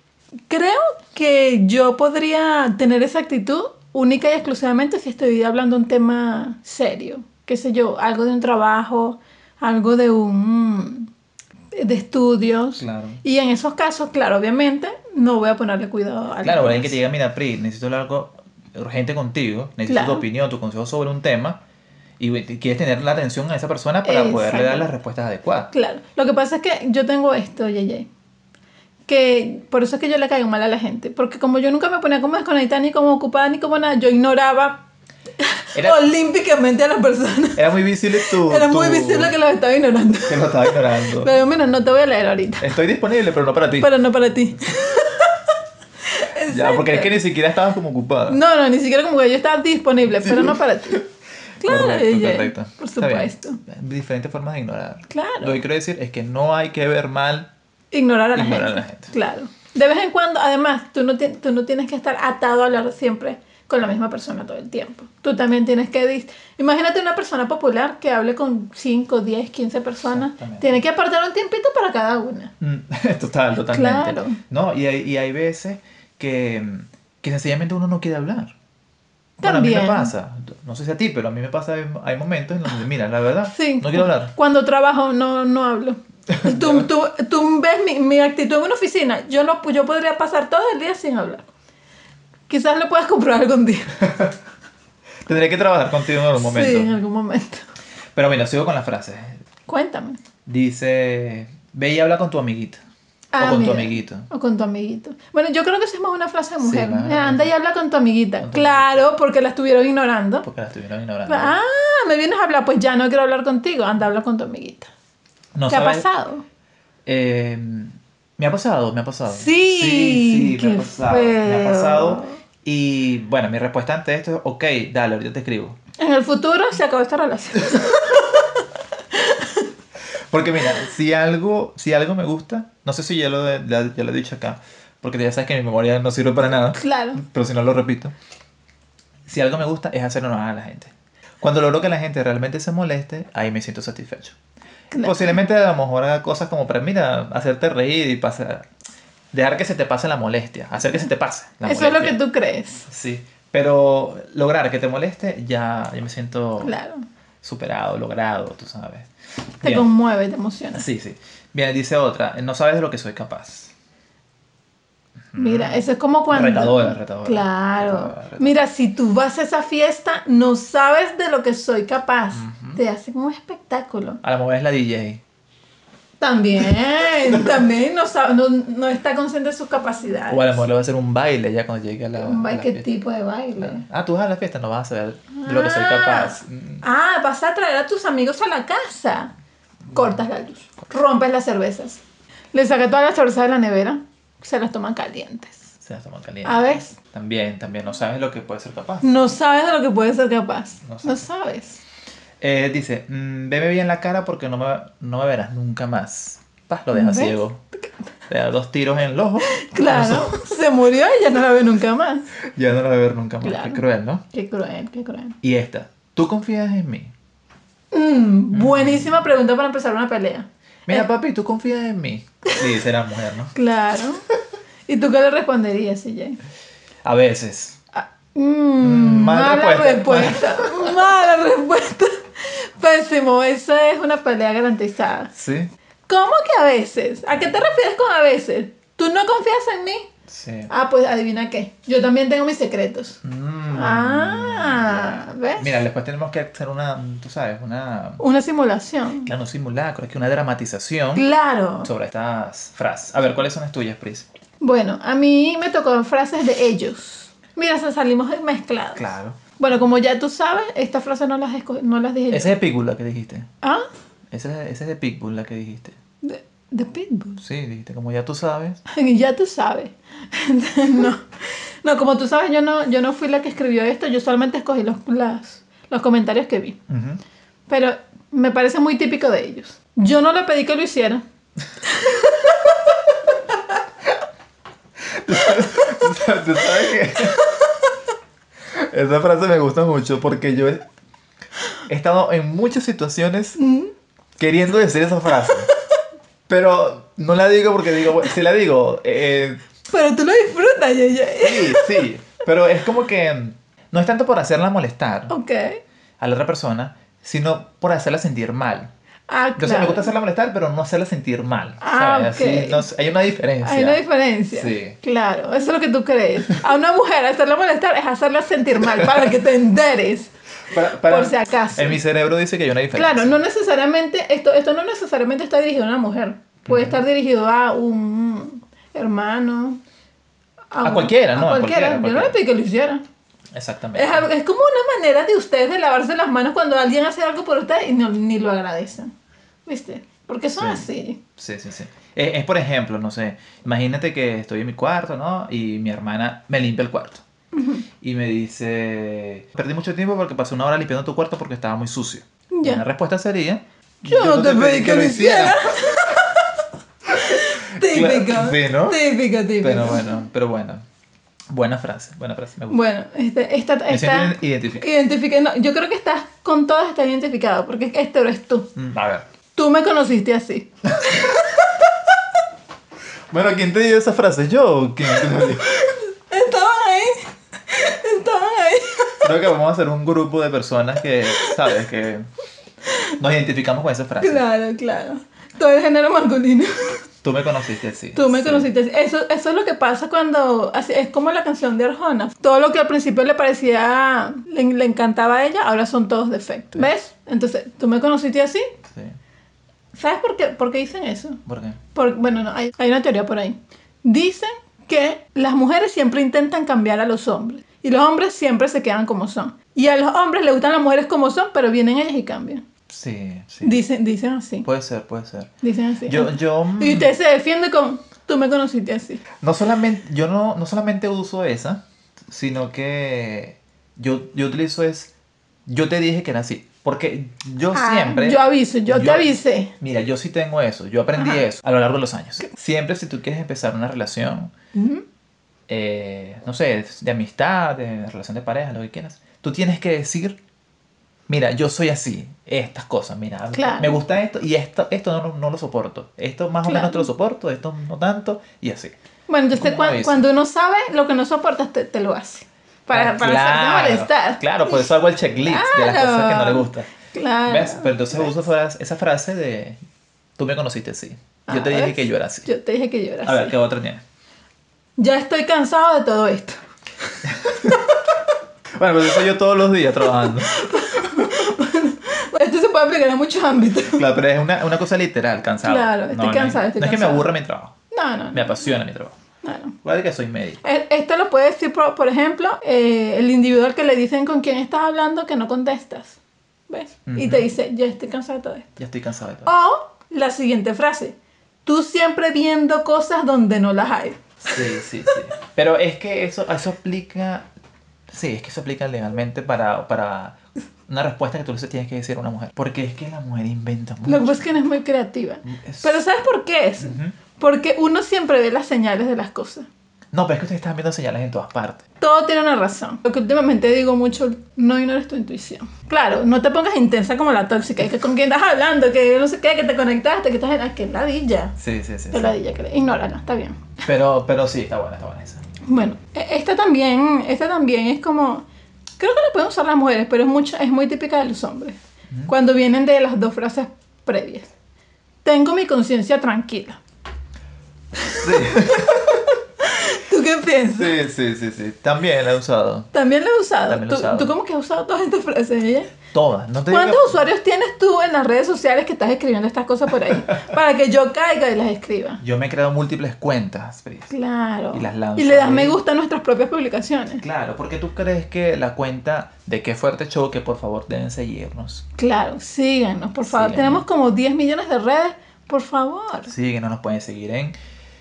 [SPEAKER 3] Creo que yo podría tener esa actitud única y exclusivamente si estoy hablando un tema serio. Qué sé yo, algo de un trabajo, algo de un... de estudios.
[SPEAKER 2] Claro.
[SPEAKER 3] Y en esos casos, claro, obviamente, no voy a ponerle cuidado a
[SPEAKER 2] Claro,
[SPEAKER 3] nada
[SPEAKER 2] alguien que
[SPEAKER 3] más.
[SPEAKER 2] te diga, mira, Pri, necesito hablar algo urgente contigo, necesito tu
[SPEAKER 3] Claro.
[SPEAKER 2] opinión, tu consejo sobre un tema, y ve- te- quieres tener la atención a esa persona para poderle dar
[SPEAKER 3] Exacto.
[SPEAKER 2] las respuestas
[SPEAKER 3] <laughs>
[SPEAKER 2] adecuadas.
[SPEAKER 3] Claro, lo que pasa es que yo tengo esto, Yeye. Que por eso es que yo le caigo mal a la gente. Porque como yo nunca me ponía como desconectada, ni como ocupada, ni como nada, yo ignoraba
[SPEAKER 2] Era,
[SPEAKER 3] olímpicamente a las personas.
[SPEAKER 2] era muy visible tu...
[SPEAKER 3] Era muy
[SPEAKER 2] tu-
[SPEAKER 3] visible que los estaba ignorando.
[SPEAKER 2] que lo estaba ignorando.
[SPEAKER 3] <laughs> Pero mira, no te voy a leer ahorita.
[SPEAKER 2] Estoy disponible, pero no para ti.
[SPEAKER 3] Pero no para ti.
[SPEAKER 2] ya, porque es que ni siquiera estabas como ocupada.
[SPEAKER 3] No, no, ni siquiera como que yo estaba disponible, pero no para ti. Claro,
[SPEAKER 2] Correcto,
[SPEAKER 3] Yeye,
[SPEAKER 2] perfecto.
[SPEAKER 3] Por
[SPEAKER 2] Está bien.
[SPEAKER 3] supuesto.
[SPEAKER 2] Diferentes formas de ignorar.
[SPEAKER 3] Claro.
[SPEAKER 2] Lo que quiero decir es que no hay que ver mal.
[SPEAKER 3] Ignorar a la,
[SPEAKER 2] Ignorar
[SPEAKER 3] gente.
[SPEAKER 2] a la gente.
[SPEAKER 3] Claro. De vez en cuando, además, tú no, ti- tú no tienes que estar atado a hablar siempre con la misma persona todo el tiempo. Tú también tienes que... dis- Imagínate una persona popular que hable con 5, 10, 15 personas.
[SPEAKER 2] Exactamente.
[SPEAKER 3] Tiene que apartar un tiempito para cada una.
[SPEAKER 2] Mm, <laughs> Total, totalmente.
[SPEAKER 3] Claro.
[SPEAKER 2] No, y hay, y hay veces que, que sencillamente uno no quiere hablar. Bueno, a mí
[SPEAKER 3] También.
[SPEAKER 2] me pasa. No sé si a ti, pero a mí me pasa. Hay momentos en donde, mira, la verdad,
[SPEAKER 3] Sí.
[SPEAKER 2] no quiero hablar.
[SPEAKER 3] Cuando trabajo no,
[SPEAKER 2] <laughs>
[SPEAKER 3] no hablo. Tú, tú, tú ves mi, mi actitud en una oficina. Yo, no, yo podría pasar todo el día sin hablar. Quizás lo puedas comprar algún día.
[SPEAKER 2] Tendré que trabajar contigo en algún
[SPEAKER 3] Sí, en
[SPEAKER 2] momento.
[SPEAKER 3] algún momento.
[SPEAKER 2] Pero bueno, sigo con las frases.
[SPEAKER 3] Cuéntame.
[SPEAKER 2] Dice: Ve y habla con tu amiguita.
[SPEAKER 3] Ah,
[SPEAKER 2] o con tu
[SPEAKER 3] mira.
[SPEAKER 2] amiguito.
[SPEAKER 3] O con tu amiguito. Bueno, yo creo que eso es más una frase de
[SPEAKER 2] Sí,
[SPEAKER 3] mujer.
[SPEAKER 2] más-
[SPEAKER 3] Eh, Anda y habla con tu amiguita.
[SPEAKER 2] Con tu
[SPEAKER 3] claro, porque la estuvieron ignorando.
[SPEAKER 2] Porque la estuvieron ignorando.
[SPEAKER 3] Ah, me vienes a hablar. Pues ya no quiero hablar contigo. Anda, habla con tu amiguita.
[SPEAKER 2] No
[SPEAKER 3] ¿Qué ha
[SPEAKER 2] sabes-
[SPEAKER 3] pasado?
[SPEAKER 2] Eh, me ha pasado, me ha pasado.
[SPEAKER 3] Sí,
[SPEAKER 2] sí, sí, me ha
[SPEAKER 3] qué
[SPEAKER 2] pasado. Me ha
[SPEAKER 3] feo.
[SPEAKER 2] pasado. Y bueno, mi respuesta ante esto es, ok, dale, ahorita te escribo.
[SPEAKER 3] En el futuro se acabó esta relación.
[SPEAKER 2] Porque mira, si algo, si algo me gusta, no sé si ya lo, he- ya- ya lo he dicho acá, porque ya sabes que mi memoria no sirve para nada,
[SPEAKER 3] claro.
[SPEAKER 2] pero si no lo repito. Si algo me gusta es hacer enojar a la gente. Cuando logro que la gente realmente se moleste, ahí me siento satisfecho.
[SPEAKER 3] Claro.
[SPEAKER 2] Posiblemente a lo mejor haga cosas como para, mira, hacerte reír y pasar, dejar que se te pase la molestia, hacer que se te pase. La
[SPEAKER 3] <laughs> Eso es lo que
[SPEAKER 2] molestia.
[SPEAKER 3] tú crees.
[SPEAKER 2] Sí, pero lograr que te moleste, ya yo me siento
[SPEAKER 3] Claro.
[SPEAKER 2] superado, logrado, tú sabes.
[SPEAKER 3] Te
[SPEAKER 2] Bien.
[SPEAKER 3] conmueve, te emociona.
[SPEAKER 2] Sí, sí. Bien, dice otra, Eh, no sabes de lo que soy capaz.
[SPEAKER 3] Mira, eso es como cuando...
[SPEAKER 2] Mm. Retadora, retadora.
[SPEAKER 3] Claro.
[SPEAKER 2] Retadora, retadora.
[SPEAKER 3] Mira, si tú vas a esa fiesta, no sabes de lo que soy capaz. Te hacen un espectáculo.
[SPEAKER 2] A la mujer es la DJ.
[SPEAKER 3] También, también no, sabe- no, no está consciente de sus capacidades.
[SPEAKER 2] O a lo mejor le va a hacer un baile ya cuando llegue a la,
[SPEAKER 3] Un
[SPEAKER 2] a
[SPEAKER 3] ba-
[SPEAKER 2] la
[SPEAKER 3] ¿Qué
[SPEAKER 2] fiesta.
[SPEAKER 3] tipo de baile?
[SPEAKER 2] Ah, tú vas a la fiesta, no vas a saber de lo que soy
[SPEAKER 3] Ah.
[SPEAKER 2] capaz. Mm,
[SPEAKER 3] Ah, vas a traer a tus amigos a la casa. Cortas la luz, rompes las cervezas. Le sacas todas las cervezas de la nevera, se las toman calientes.
[SPEAKER 2] Se las toman caliente.
[SPEAKER 3] A ver,
[SPEAKER 2] También, también, no sabes lo que puede ser capaz.
[SPEAKER 3] no sabes de lo que puedes ser capaz.
[SPEAKER 2] No sabes.
[SPEAKER 3] No sabes.
[SPEAKER 2] Eh, dice, mm, veme bien la cara porque no me, no me verás nunca más. Paz, lo deja
[SPEAKER 3] ¿Ves?
[SPEAKER 2] ciego. Le da dos tiros en el ojo.
[SPEAKER 3] Claro, se murió y ya no la ve nunca más.
[SPEAKER 2] <laughs> Ya no la voy a ver nunca más.
[SPEAKER 3] Claro.
[SPEAKER 2] Qué cruel, ¿no?
[SPEAKER 3] Qué cruel, qué cruel.
[SPEAKER 2] Y esta, ¿tú confías en mí?
[SPEAKER 3] Mm, buenísima pregunta para empezar una pelea. Eh.
[SPEAKER 2] Mira, papi, ¿tú confías en mí? Sí, será mujer, ¿no?
[SPEAKER 3] Claro. ¿Y tú qué le responderías, CJ?
[SPEAKER 2] A veces.
[SPEAKER 3] Ah, mm,
[SPEAKER 2] Mala
[SPEAKER 3] mala,
[SPEAKER 2] respuesta. <laughs>
[SPEAKER 3] respuesta. mala respuesta. Pésimo, eso es una pelea garantizada.
[SPEAKER 2] Sí.
[SPEAKER 3] ¿Cómo que a veces? ¿A qué te refieres con a veces? ¿Tú no confías en mí?
[SPEAKER 2] Sí.
[SPEAKER 3] Ah, pues adivina qué. Yo también tengo mis secretos.
[SPEAKER 2] Mm.
[SPEAKER 3] Ah, ¿ves?
[SPEAKER 2] Mira, después tenemos que hacer una, tú sabes, una,
[SPEAKER 3] Una simulación.
[SPEAKER 2] claro, un simulacro, es que una dramatización
[SPEAKER 3] Claro.
[SPEAKER 2] sobre estas frases. A ver, ¿cuáles son las tuyas, Pris?
[SPEAKER 3] Bueno, a mí me tocó frases de ellos. Mira, se salimos mezclados.
[SPEAKER 2] Claro.
[SPEAKER 3] Bueno, como ya tú sabes, estas frases no las, esco- no las dije yo.
[SPEAKER 2] Esa es de Pitbull la que dijiste.
[SPEAKER 3] ¿Ah?
[SPEAKER 2] Esa, esa es de Pitbull la que dijiste.
[SPEAKER 3] De, de Pitbull.
[SPEAKER 2] Sí, dijiste, como ya tú sabes.
[SPEAKER 3] <laughs> Y ya tú sabes. no. no, como tú sabes, yo no, yo no fui la que escribió esto, yo solamente escogí los, las- los comentarios que vi.
[SPEAKER 2] Ujú.
[SPEAKER 3] Pero me parece muy típico de ellos. Yo no le pedí que lo hiciera.
[SPEAKER 2] <laughs> ¿Tú sabes qué? Esa frase me gusta mucho porque yo he, he estado en muchas situaciones
[SPEAKER 3] Mm.
[SPEAKER 2] queriendo decir esa frase. Pero no la digo porque digo, bueno, si la digo, eh,
[SPEAKER 3] Pero tú lo disfrutas, Yeye.
[SPEAKER 2] sí, sí. Pero es como que mm, no es
[SPEAKER 3] Oh.
[SPEAKER 2] tanto por hacerla molestar
[SPEAKER 3] <laughs> Ok.
[SPEAKER 2] a la otra persona, sino por hacerla sentir mal.
[SPEAKER 3] Ah,
[SPEAKER 2] Entonces me
[SPEAKER 3] claro.
[SPEAKER 2] gusta hacerla molestar, pero no hacerla sentir mal.
[SPEAKER 3] Ah,
[SPEAKER 2] ¿sabes? Así,
[SPEAKER 3] ok.
[SPEAKER 2] no sé, hay una diferencia.
[SPEAKER 3] Hay una diferencia.
[SPEAKER 2] Sí.
[SPEAKER 3] Claro, eso es lo que tú crees. A una mujer hacerla molestar es hacerla sentir mal para que te enteres.
[SPEAKER 2] Para- <laughs> para-
[SPEAKER 3] Por si acaso.
[SPEAKER 2] En mi cerebro dice que hay una diferencia.
[SPEAKER 3] Claro, no necesariamente, esto, esto no necesariamente está dirigido a una mujer. Puede estar dirigido a un hermano.
[SPEAKER 2] A
[SPEAKER 3] un-
[SPEAKER 2] cualquiera, ¿no?
[SPEAKER 3] A
[SPEAKER 2] A
[SPEAKER 3] cualquiera.
[SPEAKER 2] cualquiera,
[SPEAKER 3] Yo no le pedí que lo hicieran.
[SPEAKER 2] Exactamente.
[SPEAKER 3] Es, algo- es como una manera de ustedes de lavarse las manos cuando alguien hace algo por ustedes y no- ni lo agradecen. ¿Viste? Porque son así.
[SPEAKER 2] Sí, sí, sí. Es, es, por ejemplo, no sé, imagínate que estoy en mi cuarto, ¿no? Y mi hermana me limpia el cuarto. Y me dice, perdí mucho tiempo porque pasé una hora limpiando tu cuarto porque estaba muy sucio.
[SPEAKER 3] Ya.
[SPEAKER 2] Una respuesta sería,
[SPEAKER 3] Yo no te pedí que lo hicieras". <laughs>
[SPEAKER 2] Claro,
[SPEAKER 3] Típico.
[SPEAKER 2] sí, ¿no?
[SPEAKER 3] Típico, típico.
[SPEAKER 2] Pero bueno, pero bueno. Buena frase, buena frase, me gusta.
[SPEAKER 3] Bueno, este, esta,
[SPEAKER 2] Me
[SPEAKER 3] esta-
[SPEAKER 2] siento identificado.
[SPEAKER 3] identifique- no, yo creo que estás con todas estás identificado, porque este eres tú.
[SPEAKER 2] Mm, A ver.
[SPEAKER 3] Tú me conociste así.
[SPEAKER 2] Bueno, ¿quién te dio esa frase? ¿Yo o quién?
[SPEAKER 3] Estaban ahí. Estaban ahí.
[SPEAKER 2] <laughs> Creo que vamos a hacer un grupo de personas que, ¿sabes? Que nos identificamos con esa frase.
[SPEAKER 3] Claro, claro. Todo el género masculino.
[SPEAKER 2] Tú me conociste así.
[SPEAKER 3] Tú me
[SPEAKER 2] Sí.
[SPEAKER 3] conociste así. Eso, eso es lo que pasa cuando. así- es como la canción de Arjona. Todo lo que al principio le parecía. Le, le encantaba a ella, ahora son todos defectos.
[SPEAKER 2] Sí.
[SPEAKER 3] ¿Ves? Entonces, tú me conociste así.
[SPEAKER 2] Sí.
[SPEAKER 3] ¿Sabes por qué, por qué dicen eso?
[SPEAKER 2] ¿Por qué?
[SPEAKER 3] Por- bueno, no, hay, hay una teoría por ahí. Dicen que las mujeres siempre intentan cambiar a los hombres y los hombres siempre se quedan como son. Y a los hombres les gustan las mujeres como son, pero vienen ellas y cambian.
[SPEAKER 2] Sí, sí.
[SPEAKER 3] Dicen, dicen así.
[SPEAKER 2] Puede ser, puede ser.
[SPEAKER 3] Dicen así.
[SPEAKER 2] Yo, yo, mm,
[SPEAKER 3] Y usted se defiende con, tú me conociste así.
[SPEAKER 2] no solamente, yo no, no solamente uso esa, sino que yo, yo utilizo es, yo te dije que era así. Porque yo
[SPEAKER 3] Ah,
[SPEAKER 2] siempre...
[SPEAKER 3] Yo aviso, yo, te avisé.
[SPEAKER 2] Mira, yo sí tengo eso, yo aprendí
[SPEAKER 3] Ajá.
[SPEAKER 2] eso a lo largo de los años. Siempre si tú quieres empezar una relación,
[SPEAKER 3] Ujú.
[SPEAKER 2] eh, no sé, de amistad, de relación de pareja, lo que quieras, tú tienes que decir, mira, yo soy así, estas cosas, mira,
[SPEAKER 3] Claro.
[SPEAKER 2] me gusta esto y esto, esto no, no lo soporto, esto más o
[SPEAKER 3] Claro.
[SPEAKER 2] menos te lo soporto, esto no tanto, y así.
[SPEAKER 3] Bueno, entonces
[SPEAKER 2] ¿Cómo
[SPEAKER 3] cuan-
[SPEAKER 2] aviso?
[SPEAKER 3] cuando uno sabe lo que no soportas, te, te lo hace. Para,
[SPEAKER 2] Ah,
[SPEAKER 3] para
[SPEAKER 2] claro,
[SPEAKER 3] hacerte molestar.
[SPEAKER 2] Claro, por eso hago el checklist de las cosas que no le
[SPEAKER 3] Claro.
[SPEAKER 2] gustan.
[SPEAKER 3] Claro.
[SPEAKER 2] ¿Ves? Pero entonces uso fra- esa frase de, tú me conociste así, yo te
[SPEAKER 3] Ah,
[SPEAKER 2] dije
[SPEAKER 3] ¿ves?
[SPEAKER 2] que yo era así.
[SPEAKER 3] Yo te dije que yo era
[SPEAKER 2] A ver,
[SPEAKER 3] así.
[SPEAKER 2] ¿qué otra tiene?
[SPEAKER 3] Ya estoy cansado de todo esto. <laughs>
[SPEAKER 2] Bueno, pues eso yo todos los días trabajando.
[SPEAKER 3] Esto se puede aplicar a muchos ámbitos. <laughs>
[SPEAKER 2] Claro, pero es una, una cosa literal, cansado.
[SPEAKER 3] Claro, estoy
[SPEAKER 2] no,
[SPEAKER 3] cansada,
[SPEAKER 2] No,
[SPEAKER 3] estoy
[SPEAKER 2] no es que me
[SPEAKER 3] cansada.
[SPEAKER 2] aburra mi trabajo,
[SPEAKER 3] No, no,
[SPEAKER 2] me
[SPEAKER 3] no.
[SPEAKER 2] apasiona mi trabajo.
[SPEAKER 3] no, no.
[SPEAKER 2] Igual que soy médico.
[SPEAKER 3] E- Esto lo puede decir, por, por ejemplo, eh, el individuo al que le dicen con quién estás hablando que no contestas. ¿Ves? Y te
[SPEAKER 2] Ujú.
[SPEAKER 3] dice, yo estoy cansado de todo esto.
[SPEAKER 2] Ya estoy cansado de todo.
[SPEAKER 3] O la siguiente frase, tú siempre viendo cosas donde no las hay.
[SPEAKER 2] Sí, sí, sí. Pero es que eso, eso aplica. Sí, es que eso aplica legalmente para, para una respuesta que tú le tienes que decir a una mujer. Porque es que la mujer inventa mucho.
[SPEAKER 3] Lo que pasa es que no es muy creativa.
[SPEAKER 2] Es-
[SPEAKER 3] Pero ¿sabes por qué es?
[SPEAKER 2] Ujú.
[SPEAKER 3] Porque uno siempre ve las señales de las cosas.
[SPEAKER 2] No, pero es que ustedes están viendo señales en todas partes.
[SPEAKER 3] Todo tiene una razón. Lo que últimamente digo mucho, no ignores tu intuición. Claro, no te pongas intensa como la tóxica, que con quién estás hablando, que no sé qué, que te conectaste, que estás en... Ah, que ladilla.
[SPEAKER 2] Sí, sí, sí.
[SPEAKER 3] Que
[SPEAKER 2] sí.
[SPEAKER 3] ladilla, que ignórala, está bien.
[SPEAKER 2] Pero, pero sí, está buena, está buena esa.
[SPEAKER 3] Bueno, e- esta también, esta también es como... Creo que la pueden usar las mujeres, pero es, mucho, es muy típica de los hombres. Cuando vienen de las dos frases previas. Tengo mi conciencia tranquila. <laughs>
[SPEAKER 2] Sí, <laughs>
[SPEAKER 3] ¿Tú qué piensas?
[SPEAKER 2] sí, sí, sí, sí. También la he usado.
[SPEAKER 3] También la he usado.
[SPEAKER 2] También la he
[SPEAKER 3] ¿Tú,
[SPEAKER 2] usado.
[SPEAKER 3] tú cómo que has usado todas estas frases, ella?
[SPEAKER 2] Todas. No te digo que-
[SPEAKER 3] ¿Cuántos usuarios tienes tú en las redes sociales que estás escribiendo estas cosas
[SPEAKER 2] <laughs>
[SPEAKER 3] por ahí? Para que yo caiga y las escriba.
[SPEAKER 2] Yo me he creado múltiples cuentas, Pris.
[SPEAKER 3] Claro.
[SPEAKER 2] Y las lanzo
[SPEAKER 3] le das
[SPEAKER 2] ahí.
[SPEAKER 3] me gusta a nuestras propias publicaciones.
[SPEAKER 2] Claro, porque tú crees que la cuenta de qué fuerte choque, por favor, deben seguirnos.
[SPEAKER 3] Claro, síganos, por favor.
[SPEAKER 2] Síganos.
[SPEAKER 3] Tenemos como 10 millones de redes. Por favor.
[SPEAKER 2] Sí, que no nos pueden seguir en,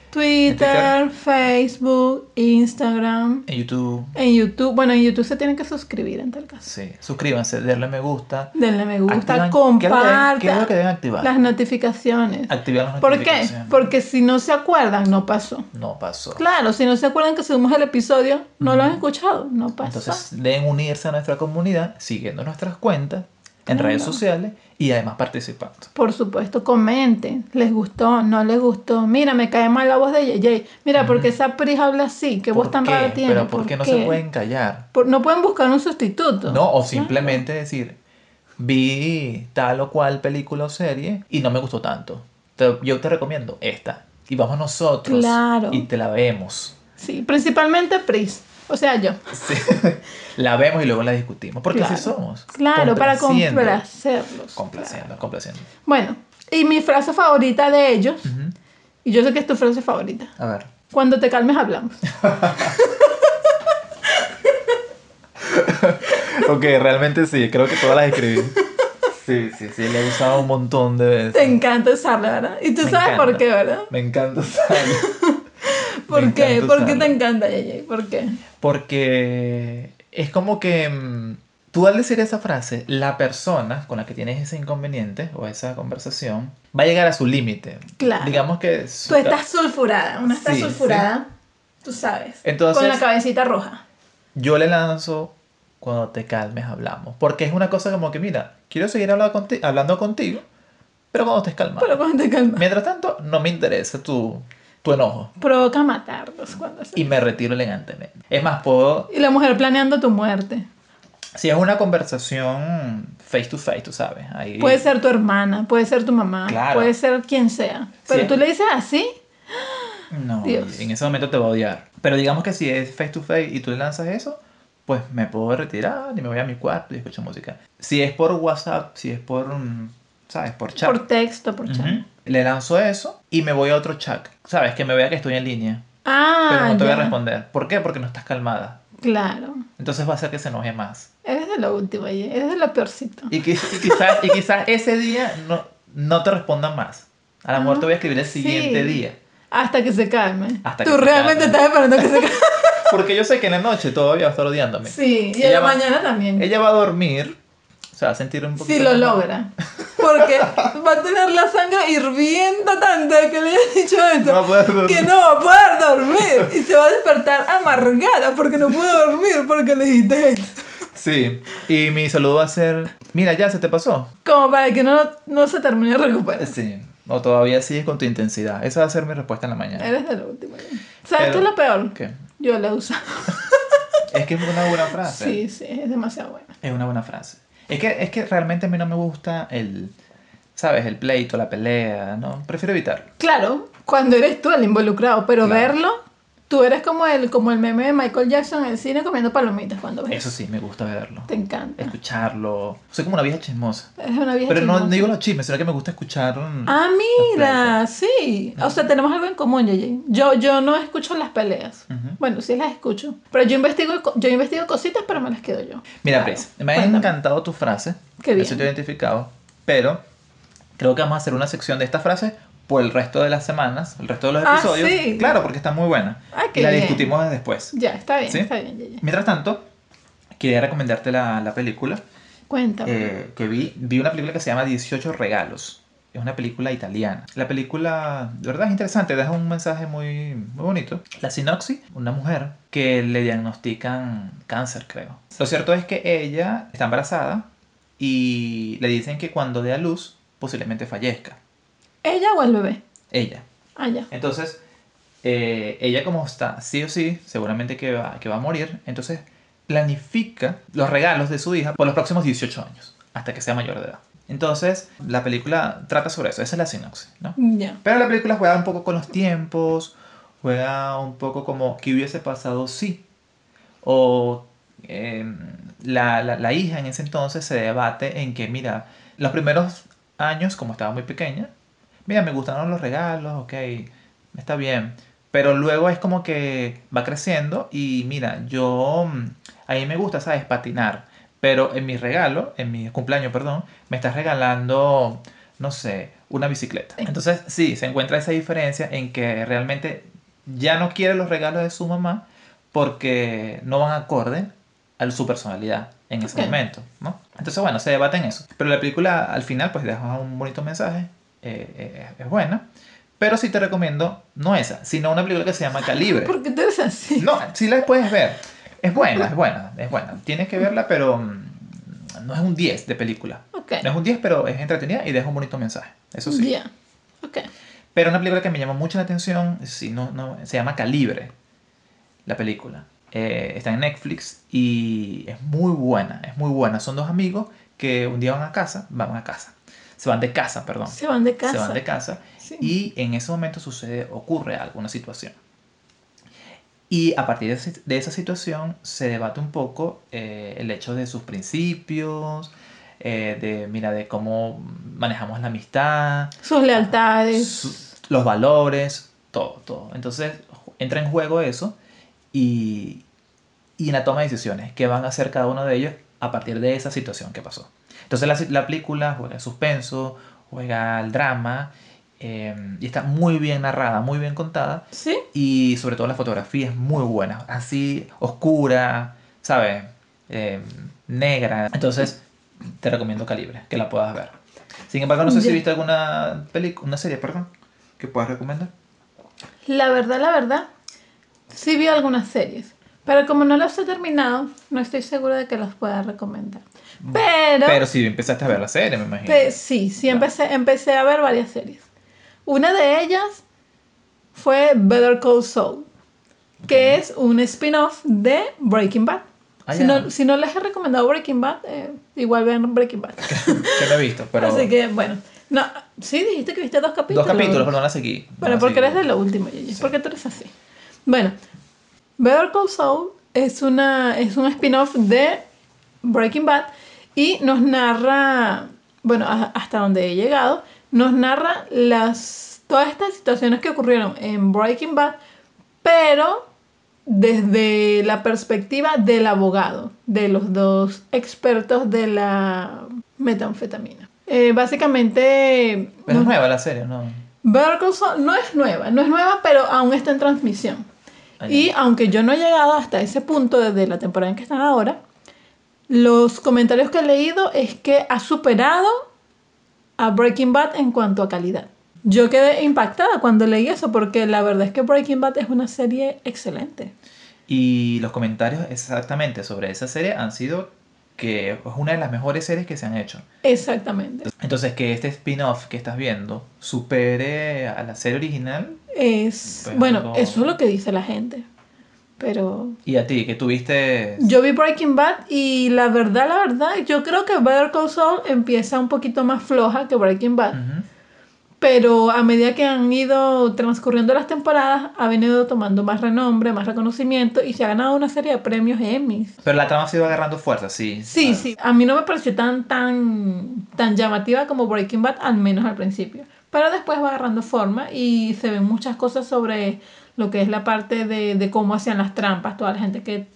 [SPEAKER 3] Twitter, Facebook, Instagram,
[SPEAKER 2] en YouTube.
[SPEAKER 3] en YouTube. Bueno, en YouTube se tienen que suscribir en tal caso.
[SPEAKER 2] Sí, suscríbanse, denle me gusta.
[SPEAKER 3] Denle me gusta,
[SPEAKER 2] Activan- ¿qué es lo que deben- qué es lo que deben
[SPEAKER 3] compartan
[SPEAKER 2] activar?
[SPEAKER 3] las notificaciones.
[SPEAKER 2] Activar las
[SPEAKER 3] ¿Por qué?
[SPEAKER 2] notificaciones.
[SPEAKER 3] Porque si no se acuerdan, no pasó.
[SPEAKER 2] No pasó.
[SPEAKER 3] Claro, si no se acuerdan que subimos el episodio, no lo han escuchado, no pasa.
[SPEAKER 2] Entonces deben unirse a nuestra comunidad siguiendo nuestras cuentas en
[SPEAKER 3] Claro.
[SPEAKER 2] redes sociales y además participando.
[SPEAKER 3] Por supuesto, comenten, les gustó, no les gustó. Mira, me cae mal la voz de JJ. Mira, porque esa prija habla así, qué
[SPEAKER 2] ¿Por
[SPEAKER 3] voz tan
[SPEAKER 2] qué?
[SPEAKER 3] rara tiene.
[SPEAKER 2] Pero ¿por qué no se pueden callar?
[SPEAKER 3] Por- no pueden buscar un sustituto.
[SPEAKER 2] No, o simplemente decir, vi tal o cual película o serie y no me gustó tanto. Te- yo te recomiendo esta. Y vamos nosotros
[SPEAKER 3] Claro.
[SPEAKER 2] y te la vemos.
[SPEAKER 3] Sí, principalmente Pris. O sea, yo.
[SPEAKER 2] Sí. <laughs> la vemos y luego la discutimos. Porque así
[SPEAKER 3] Claro.
[SPEAKER 2] somos.
[SPEAKER 3] Claro, para
[SPEAKER 2] Complaciendo.
[SPEAKER 3] complacerlos.
[SPEAKER 2] Complaciendo, complaciendo.
[SPEAKER 3] Claro. Bueno, y mi frase favorita de ellos,
[SPEAKER 2] Ujú.
[SPEAKER 3] y yo sé que es tu frase favorita.
[SPEAKER 2] A ver.
[SPEAKER 3] Cuando te calmes hablamos.
[SPEAKER 2] <laughs> Ok, realmente sí, creo que todas las escribí. Sí, sí, sí, la he usado un montón de veces.
[SPEAKER 3] Te encanta usarla, ¿verdad? Y tú
[SPEAKER 2] Me
[SPEAKER 3] sabes
[SPEAKER 2] encanta.
[SPEAKER 3] por qué, ¿verdad?
[SPEAKER 2] Me encanta usarla.
[SPEAKER 3] ¿Por
[SPEAKER 2] Me
[SPEAKER 3] qué?
[SPEAKER 2] encanta
[SPEAKER 3] ¿Por qué
[SPEAKER 2] usarla.
[SPEAKER 3] te encanta, Yeye? ¿Por qué?
[SPEAKER 2] Porque es como que mm, tú al decir esa frase, la persona con la que tienes ese inconveniente o esa conversación va a llegar a su límite.
[SPEAKER 3] Claro.
[SPEAKER 2] Digamos que... es-
[SPEAKER 3] Tú estás sulfurada, una está
[SPEAKER 2] Sí,
[SPEAKER 3] sulfurada, tú sabes.
[SPEAKER 2] Entonces-
[SPEAKER 3] con la cabecita roja.
[SPEAKER 2] Yo le lanzo cuando te calmes hablamos. Porque es una cosa como que, mira, quiero seguir hablando, conti- hablando contigo, pero cuando estés calmado.
[SPEAKER 3] Pero cuando te calmas.
[SPEAKER 2] Mientras tanto, no me interesa tu, tu enojo.
[SPEAKER 3] Provoca matarlos cuando se...
[SPEAKER 2] Y me retiro elegantemente. Es más, puedo
[SPEAKER 3] Y la mujer planeando tu muerte.
[SPEAKER 2] Si es una conversación face to face, tú sabes. Ahí...
[SPEAKER 3] Puede ser tu hermana, puede ser tu mamá,
[SPEAKER 2] Claro.
[SPEAKER 3] puede ser quien sea. Pero
[SPEAKER 2] Sí.
[SPEAKER 3] tú le dices así,
[SPEAKER 2] No,
[SPEAKER 3] Dios.
[SPEAKER 2] en ese momento te va a odiar. Pero digamos que si es face to face y tú le lanzas eso, pues me puedo retirar y me voy a mi cuarto y escucho música. Si es por WhatsApp, si es por, mm, ¿sabes? Por chat.
[SPEAKER 3] por texto, por chat.
[SPEAKER 2] Ujú. Le lanzo eso y me voy a otro chat. ¿Sabes? Que me vea que estoy en línea.
[SPEAKER 3] Ah,
[SPEAKER 2] Pero no te voy
[SPEAKER 3] ya.
[SPEAKER 2] a responder. ¿Por qué? Porque no estás calmada.
[SPEAKER 3] Claro.
[SPEAKER 2] Entonces va a hacer que se enoje más.
[SPEAKER 3] Eres de lo último, Yeye. Eres de lo peorcito.
[SPEAKER 2] Y, qui- y quizás, y quizás ese día no, no te respondan más. A lo mejor te voy a escribir el
[SPEAKER 3] Ah, sí.
[SPEAKER 2] siguiente día.
[SPEAKER 3] Hasta que se calme.
[SPEAKER 2] Hasta
[SPEAKER 3] tú
[SPEAKER 2] que se
[SPEAKER 3] realmente
[SPEAKER 2] calme.
[SPEAKER 3] estás esperando que se calme. <laughs>
[SPEAKER 2] Porque yo sé que en la noche todavía va a estar odiándome.
[SPEAKER 3] Sí, y
[SPEAKER 2] Ella
[SPEAKER 3] en la
[SPEAKER 2] va-
[SPEAKER 3] mañana también.
[SPEAKER 2] Ella va a dormir, se va a sentir un poquito.
[SPEAKER 3] si lo
[SPEAKER 2] mejor.
[SPEAKER 3] logra. Porque va a tener la sangre hirviendo tanto de que le haya dicho esto.
[SPEAKER 2] No va a poder dormir.
[SPEAKER 3] <laughs> que no va a poder dormir. Y se va a despertar amargada porque no pudo dormir porque le dijiste esto.
[SPEAKER 2] Sí. Y mi saludo va a ser: Mira, ya se te pasó.
[SPEAKER 3] Como para que no, no se termine de recuperar.
[SPEAKER 2] Sí. O todavía sigues con tu intensidad. Esa va a ser mi respuesta en la mañana.
[SPEAKER 3] Eres de lo último. ¿Sabes
[SPEAKER 2] Pero-
[SPEAKER 3] qué es lo peor?
[SPEAKER 2] ¿Qué?
[SPEAKER 3] Yo la uso.
[SPEAKER 2] Es que es una buena frase.
[SPEAKER 3] <laughs> Sí, sí, es demasiado bueno.
[SPEAKER 2] Es una buena frase. Es que, es que realmente a mí no me gusta el. ¿Sabes? El pleito, la pelea, ¿no? Prefiero evitarlo.
[SPEAKER 3] Claro, cuando eres tú el involucrado, pero
[SPEAKER 2] Claro.
[SPEAKER 3] verlo, tú eres como el, como el meme de Michael Jackson en el cine comiendo palomitas cuando ves.
[SPEAKER 2] Eso sí, me gusta verlo.
[SPEAKER 3] Te encanta.
[SPEAKER 2] Escucharlo. Soy como una vieja chismosa.
[SPEAKER 3] Es una vieja
[SPEAKER 2] Pero no, no
[SPEAKER 3] chismosa.
[SPEAKER 2] digo los chismes, sino que me gusta escuchar. mm,
[SPEAKER 3] Ah, mira, sí. O sea, tenemos algo en común, Yeye. Yo, yo no escucho las peleas.
[SPEAKER 2] Ujú.
[SPEAKER 3] Bueno, sí las escucho. Pero yo investigo, co- yo investigo cositas, pero me las quedo yo.
[SPEAKER 2] Mira,
[SPEAKER 3] Claro.
[SPEAKER 2] Pris, me ha
[SPEAKER 3] Cuéntame.
[SPEAKER 2] encantado tu frase.
[SPEAKER 3] Qué
[SPEAKER 2] Me
[SPEAKER 3] bien.
[SPEAKER 2] siento identificado. Pero creo que vamos a hacer una sección de estas frases por el resto de las semanas, el resto de los
[SPEAKER 3] Ah,
[SPEAKER 2] episodios.
[SPEAKER 3] sí.
[SPEAKER 2] Claro, porque está muy buena.
[SPEAKER 3] Ah, qué
[SPEAKER 2] y la
[SPEAKER 3] bien.
[SPEAKER 2] discutimos después.
[SPEAKER 3] Ya, está bien,
[SPEAKER 2] ¿Sí?
[SPEAKER 3] está bien, Yeye.
[SPEAKER 2] Mientras tanto, quería recomendarte la, la película
[SPEAKER 3] Cuéntame.
[SPEAKER 2] eh, que vi. Vi una película que se llama 18 regalos. Es una película italiana. La película, de verdad, es interesante. Deja un mensaje muy, muy bonito. La sinopsis, una mujer que le diagnostican cáncer, creo. Lo cierto es que ella está embarazada y le dicen que cuando dé a luz posiblemente fallezca.
[SPEAKER 3] ¿Ella o el bebé?
[SPEAKER 2] Ella.
[SPEAKER 3] Ah, ya.
[SPEAKER 2] Entonces, eh, ella como está, sí o sí, seguramente que va, que va a morir, entonces planifica los regalos de su hija por los próximos 18 años, hasta que sea mayor de edad. Entonces, la película trata sobre eso, esa es la sinopsis, ¿no?
[SPEAKER 3] Ya.
[SPEAKER 2] Pero la película juega un poco con los tiempos, juega un poco como que hubiese pasado si. O eh, la, la- la hija en ese entonces se debate en que, mira, los primeros años, como estaba muy pequeña, mira, me gustaron los regalos, ok, está bien. Pero luego es como que va creciendo y mira, yo, mm, a mí me gusta, ¿sabes? Patinar. Pero en mi regalo, en mi cumpleaños, perdón, me estás regalando, no sé, una bicicleta. Entonces, sí, se encuentra esa diferencia en que realmente ya no quiere los regalos de su mamá porque no van acorde a su personalidad en ese
[SPEAKER 3] Ok.
[SPEAKER 2] momento, ¿no? Entonces, bueno, se debaten eso. Pero la película al final, pues, deja un bonito mensaje, eh, eh, es buena. Pero sí te recomiendo, no esa, sino una película que se llama Calibre.
[SPEAKER 3] ¿Por qué tú eres así?
[SPEAKER 2] No, sí la puedes ver. Es buena, es buena, es buena. Tienes que verla, pero mm, no es un 10 de película.
[SPEAKER 3] Ok.
[SPEAKER 2] No es un 10, pero es entretenida y deja un bonito mensaje. Eso sí.
[SPEAKER 3] Ya. Ok.
[SPEAKER 2] Pero una película que me llamó mucho la atención, sí, no, no, se llama Calibre, la película. Eh, está en Netflix y es muy buena, es muy buena. Son dos amigos que un día van a casa, van a casa. Se van de casa, perdón.
[SPEAKER 3] Se van de casa.
[SPEAKER 2] Se van de casa.
[SPEAKER 3] Sí.
[SPEAKER 2] Y en ese momento sucede, ocurre alguna situación. Y a partir de, ese- de esa situación se debate un poco eh, el hecho de sus principios, eh, de, mira, de cómo manejamos la amistad,
[SPEAKER 3] Sus lealtades.
[SPEAKER 2] su- los valores, todo, todo. Entonces ju- entra en juego eso y, y en la toma de decisiones, qué van a hacer cada uno de ellos a partir de esa situación que pasó. Entonces la, si- la película juega el suspenso, juega al drama eh, y está muy bien narrada, muy bien contada
[SPEAKER 3] ¿Sí?
[SPEAKER 2] y sobre todo la fotografía es muy buena, así oscura, ¿sabes? Eh, negra. Entonces te recomiendo Calibre, que la puedas ver. Sin embargo, no sé si
[SPEAKER 3] Ya.
[SPEAKER 2] viste alguna película, una serie, perdón, que puedas recomendar.
[SPEAKER 3] La verdad, la verdad, sí vi algunas series. Pero como no las he terminado, no estoy segura de que las pueda recomendar. Pero,
[SPEAKER 2] Mm. Pero si empezaste a ver la serie, me imagino.
[SPEAKER 3] pe- sí, sí empecé, empecé a ver varias series. Una de ellas fue Better Call Saul, que es un spin-off de Breaking Bad.
[SPEAKER 2] Ah,
[SPEAKER 3] si,
[SPEAKER 2] ya.
[SPEAKER 3] no, si no les he recomendado Breaking Bad, eh, igual vean Breaking Bad.
[SPEAKER 2] Que no he visto, pero
[SPEAKER 3] <laughs> Así que, bueno. No, sí, dijiste que viste dos capítulos.
[SPEAKER 2] dos capítulos, pero no la seguí. No
[SPEAKER 3] Bueno,
[SPEAKER 2] la
[SPEAKER 3] porque
[SPEAKER 2] seguí.
[SPEAKER 3] eres de lo último, Gigi. Porque tú eres así. Bueno, Better Call Saul es, una, es un spin-off de Breaking Bad y nos narra, bueno, a- hasta donde he llegado, nos narra las, todas estas situaciones que ocurrieron en Breaking Bad, pero desde la perspectiva del abogado, de los dos expertos de la metanfetamina. Eh, básicamente...
[SPEAKER 2] Pero es
[SPEAKER 3] nos-
[SPEAKER 2] nueva la serie, ¿no?
[SPEAKER 3] Better Call Saul no es nueva, no es nueva, pero aún está en transmisión.
[SPEAKER 2] Ah, ya.
[SPEAKER 3] Y aunque yo no he llegado hasta ese punto desde la temporada en que están ahora, los comentarios que he leído es que ha superado a Breaking Bad en cuanto a calidad. Yo quedé impactada cuando leí eso porque la verdad es que Breaking Bad es una serie excelente.
[SPEAKER 2] Y los comentarios exactamente sobre esa serie han sido que es una de las mejores series que se han hecho.
[SPEAKER 3] Exactamente.
[SPEAKER 2] Entonces, que este spin-off que estás viendo supere a la serie original
[SPEAKER 3] Es,
[SPEAKER 2] Pero
[SPEAKER 3] bueno,
[SPEAKER 2] no-
[SPEAKER 3] eso es lo que dice la gente. Pero
[SPEAKER 2] y a ti, que tuviste...
[SPEAKER 3] Yo vi Breaking Bad y la verdad, la verdad, yo creo que Better Call Saul empieza un poquito más floja que Breaking Bad,
[SPEAKER 2] Ujú.
[SPEAKER 3] pero a medida que han ido transcurriendo las temporadas, ha venido tomando más renombre, más reconocimiento y se ha ganado una serie de premios Emmys.
[SPEAKER 2] Pero la trama se iba agarrando fuerza, sí.
[SPEAKER 3] Sí,
[SPEAKER 2] Ah,
[SPEAKER 3] sí, a mí no me pareció tan, tan, tan llamativa como Breaking Bad, al menos al principio, pero después va agarrando forma y se ven muchas cosas sobre lo que es la parte de, de cómo hacían las trampas, toda la gente que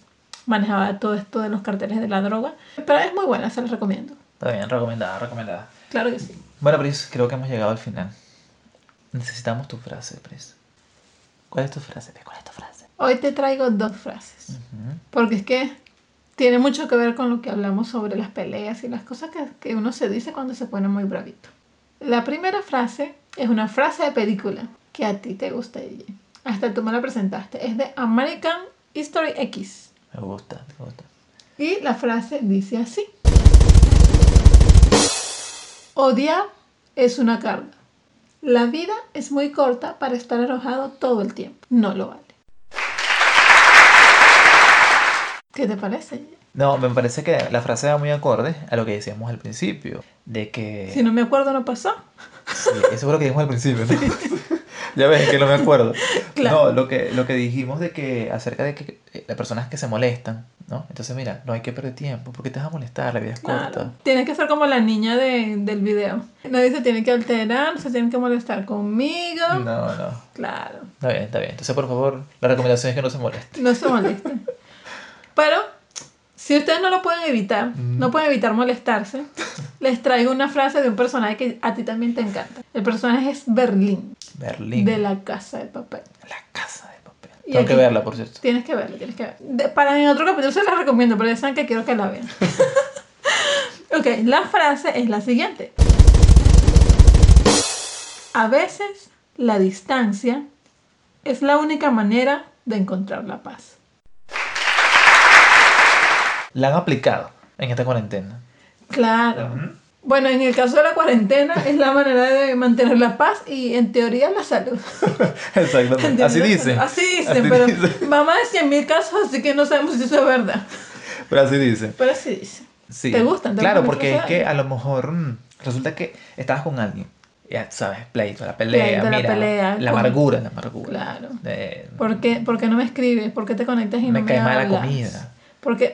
[SPEAKER 3] manejaba todo esto de los carteles de la droga. Pero es muy buena, se las recomiendo.
[SPEAKER 2] Está bien, recomendada, recomendada.
[SPEAKER 3] Claro que sí.
[SPEAKER 2] Bueno, Pris, creo que hemos llegado al final. Necesitamos tu frase, Pris. ¿Cuál es tu frase? Pris? ¿Cuál es tu frase?
[SPEAKER 3] Hoy te traigo dos frases,
[SPEAKER 2] Ujú.
[SPEAKER 3] porque es que tiene mucho que ver con lo que hablamos sobre las peleas y las cosas que, que uno se dice cuando se pone muy bravito. La primera frase es una frase de película que a ti te gusta, Gigi. Hasta tú me la presentaste. Es de American History X.
[SPEAKER 2] Me gusta, me gusta.
[SPEAKER 3] Y la frase dice así. Odiar es una carga. La vida es muy corta para estar enojado todo el tiempo. No lo vale. ¿Qué te parece?
[SPEAKER 2] No, me parece que la frase va muy acorde a lo que decíamos al principio. De que...
[SPEAKER 3] Si no me acuerdo, no pasó.
[SPEAKER 2] Sí, eso fue lo que dijimos al principio, ¿no? <laughs> ya ves que no me acuerdo.
[SPEAKER 3] Claro.
[SPEAKER 2] No, lo que, lo que dijimos de que acerca de que eh, las personas que se molestan, ¿no? Entonces, mira, no hay que perder tiempo, porque te vas a molestar, la vida es
[SPEAKER 3] Claro.
[SPEAKER 2] corta.
[SPEAKER 3] Tienes que ser como la niña de- del video. Nadie se tiene que alterar, se tienen que molestar conmigo.
[SPEAKER 2] No, no.
[SPEAKER 3] Claro.
[SPEAKER 2] Está bien, está bien. Entonces, por favor, la recomendación es que no se molesten.
[SPEAKER 3] No se molesten. <laughs> Pero, si ustedes no lo pueden evitar,
[SPEAKER 2] Mm.
[SPEAKER 3] no pueden evitar molestarse, les traigo una frase de un personaje que a ti también te encanta. El personaje es Berlín,
[SPEAKER 2] Berlín.
[SPEAKER 3] de la casa de papel.
[SPEAKER 2] La casa de papel.
[SPEAKER 3] Y
[SPEAKER 2] Tengo que
[SPEAKER 3] aquí-
[SPEAKER 2] verla, por cierto.
[SPEAKER 3] Tienes que verla, tienes que verla. De- para en otro capítulo se la recomiendo, pero ya saben que quiero que la vean. <laughs> ok, la frase es la siguiente. A veces la distancia es la única manera de encontrar la paz.
[SPEAKER 2] La han aplicado en esta cuarentena.
[SPEAKER 3] Claro. Bueno, en el caso de la cuarentena es la manera de mantener la paz y en teoría la salud.
[SPEAKER 2] <laughs>
[SPEAKER 3] <laughs>
[SPEAKER 2] Exactamente. Así dicen.
[SPEAKER 3] Así dicen, pero mamá de 100.000 casos, así que no sabemos si eso es verdad.
[SPEAKER 2] Pero así dicen.
[SPEAKER 3] Pero así dicen.
[SPEAKER 2] Sí.
[SPEAKER 3] ¿Te gustan? ¿Te
[SPEAKER 2] claro,
[SPEAKER 3] gustan
[SPEAKER 2] porque es
[SPEAKER 3] mucho los
[SPEAKER 2] que a lo mejor mm, resulta que estabas con alguien. Ya sabes, pleito, la pelea,
[SPEAKER 3] Pleito, la
[SPEAKER 2] mira, la,
[SPEAKER 3] pelea, con-
[SPEAKER 2] amargura, la amargura.
[SPEAKER 3] Claro.
[SPEAKER 2] Eh,
[SPEAKER 3] ¿Por qué, por qué no me escribes? ¿Por qué te conectas y
[SPEAKER 2] Me
[SPEAKER 3] no me
[SPEAKER 2] cae mal la
[SPEAKER 3] hablas?
[SPEAKER 2] comida.
[SPEAKER 3] Porque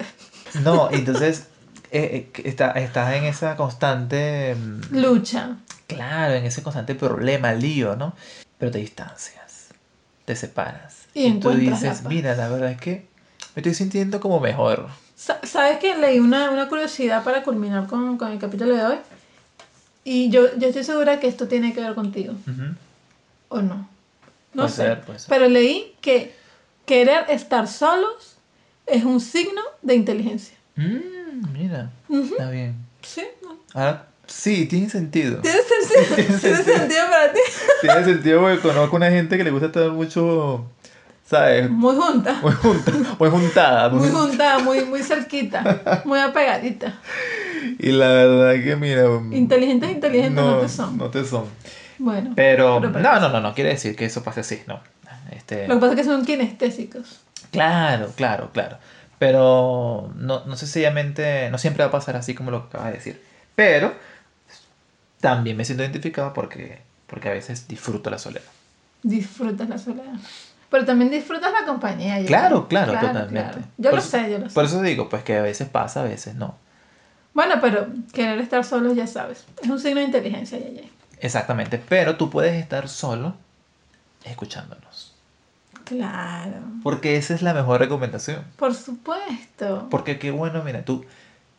[SPEAKER 2] no, entonces <laughs> eh, eh, está- estás en esa constante, mm,
[SPEAKER 3] lucha.
[SPEAKER 2] claro, en ese constante problema, lío, ¿no? Pero te distancias, te separas.
[SPEAKER 3] Y
[SPEAKER 2] tú
[SPEAKER 3] encuentras la
[SPEAKER 2] dices,
[SPEAKER 3] paz.
[SPEAKER 2] mira, la verdad es que me estoy sintiendo como mejor.
[SPEAKER 3] Sa- ¿Sabes que leí una, una curiosidad para culminar con, con el capítulo de hoy? Y yo, yo estoy segura que esto tiene que ver contigo,
[SPEAKER 2] Ujú.
[SPEAKER 3] ¿o no? No
[SPEAKER 2] Puede
[SPEAKER 3] sé.
[SPEAKER 2] ser, puede ser.
[SPEAKER 3] Pero leí que querer estar solos es un signo de inteligencia.
[SPEAKER 2] Mm, mira,
[SPEAKER 3] Ujú.
[SPEAKER 2] está bien.
[SPEAKER 3] Sí, ¿no?
[SPEAKER 2] Ahora, sí, tiene sentido.
[SPEAKER 3] ¿Tiene
[SPEAKER 2] <laughs>
[SPEAKER 3] sentido? ¿Tiene sentido para ti?
[SPEAKER 2] Tiene sentido porque conozco una gente que le gusta estar mucho, ¿sabes?
[SPEAKER 3] Muy junta.
[SPEAKER 2] Muy, junta, muy juntada.
[SPEAKER 3] Muy
[SPEAKER 2] muy-
[SPEAKER 3] juntada, muy, muy cerquita,
[SPEAKER 2] <laughs>
[SPEAKER 3] muy apegadita.
[SPEAKER 2] Y la verdad que, mira... mm,
[SPEAKER 3] Inteligentes, inteligentes no, te son.
[SPEAKER 2] No te son.
[SPEAKER 3] Bueno,
[SPEAKER 2] Pero,
[SPEAKER 3] Pero
[SPEAKER 2] no, no, no, no quiere decir que eso pase así, no. Este,
[SPEAKER 3] lo que pasa es que son kinestésicos.
[SPEAKER 2] Claro, claro, claro. Pero no, no sencillamente, no siempre va a pasar así como lo que acabas de decir. Pero también me siento identificado porque, porque a veces disfruto la soledad.
[SPEAKER 3] Disfrutas la soledad. Pero también disfrutas la compañía. yo
[SPEAKER 2] Claro,
[SPEAKER 3] creo.
[SPEAKER 2] claro, totalmente.
[SPEAKER 3] claro. Yo
[SPEAKER 2] Por
[SPEAKER 3] lo
[SPEAKER 2] eso-
[SPEAKER 3] sé, yo lo sé.
[SPEAKER 2] Por eso digo, pues que a veces pasa, a veces no.
[SPEAKER 3] Bueno, pero querer estar solos, ya sabes. Es un signo de inteligencia, ya, ya.
[SPEAKER 2] Exactamente, pero tú puedes estar solo escuchándonos.
[SPEAKER 3] Claro.
[SPEAKER 2] Porque esa es la mejor recomendación.
[SPEAKER 3] Por supuesto.
[SPEAKER 2] Porque qué bueno, mira, tú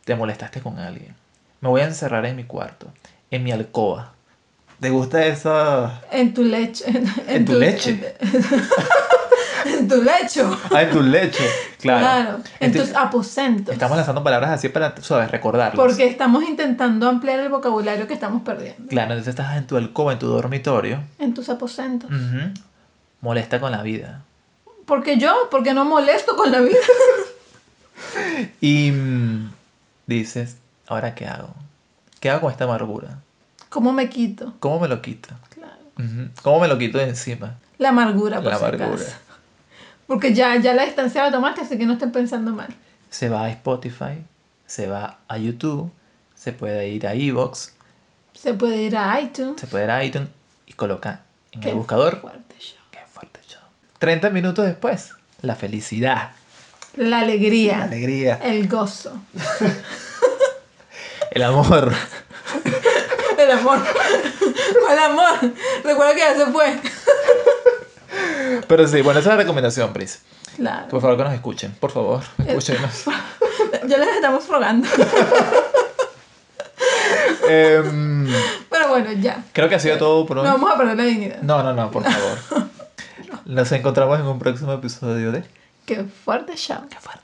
[SPEAKER 2] te molestaste con alguien. Me voy a encerrar en mi cuarto, en mi alcoba. ¿Te gusta esa...
[SPEAKER 3] En tu lecho. En,
[SPEAKER 2] En tu leche.
[SPEAKER 3] En, <laughs> tu lecho.
[SPEAKER 2] Ah, en tu
[SPEAKER 3] <laughs>
[SPEAKER 2] leche. Claro.
[SPEAKER 3] Claro. En
[SPEAKER 2] Entonces,
[SPEAKER 3] tus aposentos.
[SPEAKER 2] estamos lanzando palabras así para, sabes, recordarlas.
[SPEAKER 3] Porque estamos intentando ampliar el vocabulario que estamos perdiendo.
[SPEAKER 2] Claro, entonces estás en tu alcoba, en tu dormitorio.
[SPEAKER 3] En tus aposentos.
[SPEAKER 2] Ujú. Molesta con la vida.
[SPEAKER 3] Porque yo, porque no molesto con la vida.
[SPEAKER 2] Y mm, dices, ¿ahora qué hago? ¿Qué hago con esta amargura?
[SPEAKER 3] ¿Cómo me quito?
[SPEAKER 2] ¿Cómo me lo quito?
[SPEAKER 3] Claro. Ah, pues
[SPEAKER 2] Ujú. ¿Cómo me lo quito de encima?
[SPEAKER 3] La amargura, por
[SPEAKER 2] La
[SPEAKER 3] si
[SPEAKER 2] amargura.
[SPEAKER 3] acaso. Porque ya, ya la distancia la tomaste, así que no estén pensando mal.
[SPEAKER 2] Se va a Spotify, se va a YouTube, se puede ir a Evox,
[SPEAKER 3] Se puede ir a iTunes.
[SPEAKER 2] se puede ir a iTunes y coloca en
[SPEAKER 3] Qué
[SPEAKER 2] el buscador.
[SPEAKER 3] fuerte show.
[SPEAKER 2] Qué fuerte show. 30 minutos después, la felicidad,
[SPEAKER 3] La alegría.
[SPEAKER 2] la alegría,
[SPEAKER 3] El gozo.
[SPEAKER 2] el amor.
[SPEAKER 3] <laughs>
[SPEAKER 2] <laughs>
[SPEAKER 3] El amor. El amor. Recuerda que ya se fue.
[SPEAKER 2] Pero sí, bueno, esa es la recomendación, Pris.
[SPEAKER 3] Claro.
[SPEAKER 2] Por favor, que nos escuchen, por
[SPEAKER 3] <laughs>
[SPEAKER 2] favor, escúchenos. Pues.
[SPEAKER 3] Ya les
[SPEAKER 2] <laughs>
[SPEAKER 3] estamos rogando.
[SPEAKER 2] Em,
[SPEAKER 3] Pero bueno, ya.
[SPEAKER 2] creo que ha sido todo por
[SPEAKER 3] No
[SPEAKER 2] hoy.
[SPEAKER 3] vamos a perder la dignidad.
[SPEAKER 2] No, no, no, por
[SPEAKER 3] <laughs>
[SPEAKER 2] favor. Nos encontramos en un próximo episodio de
[SPEAKER 3] Qué fuerte show. Qué fuerte.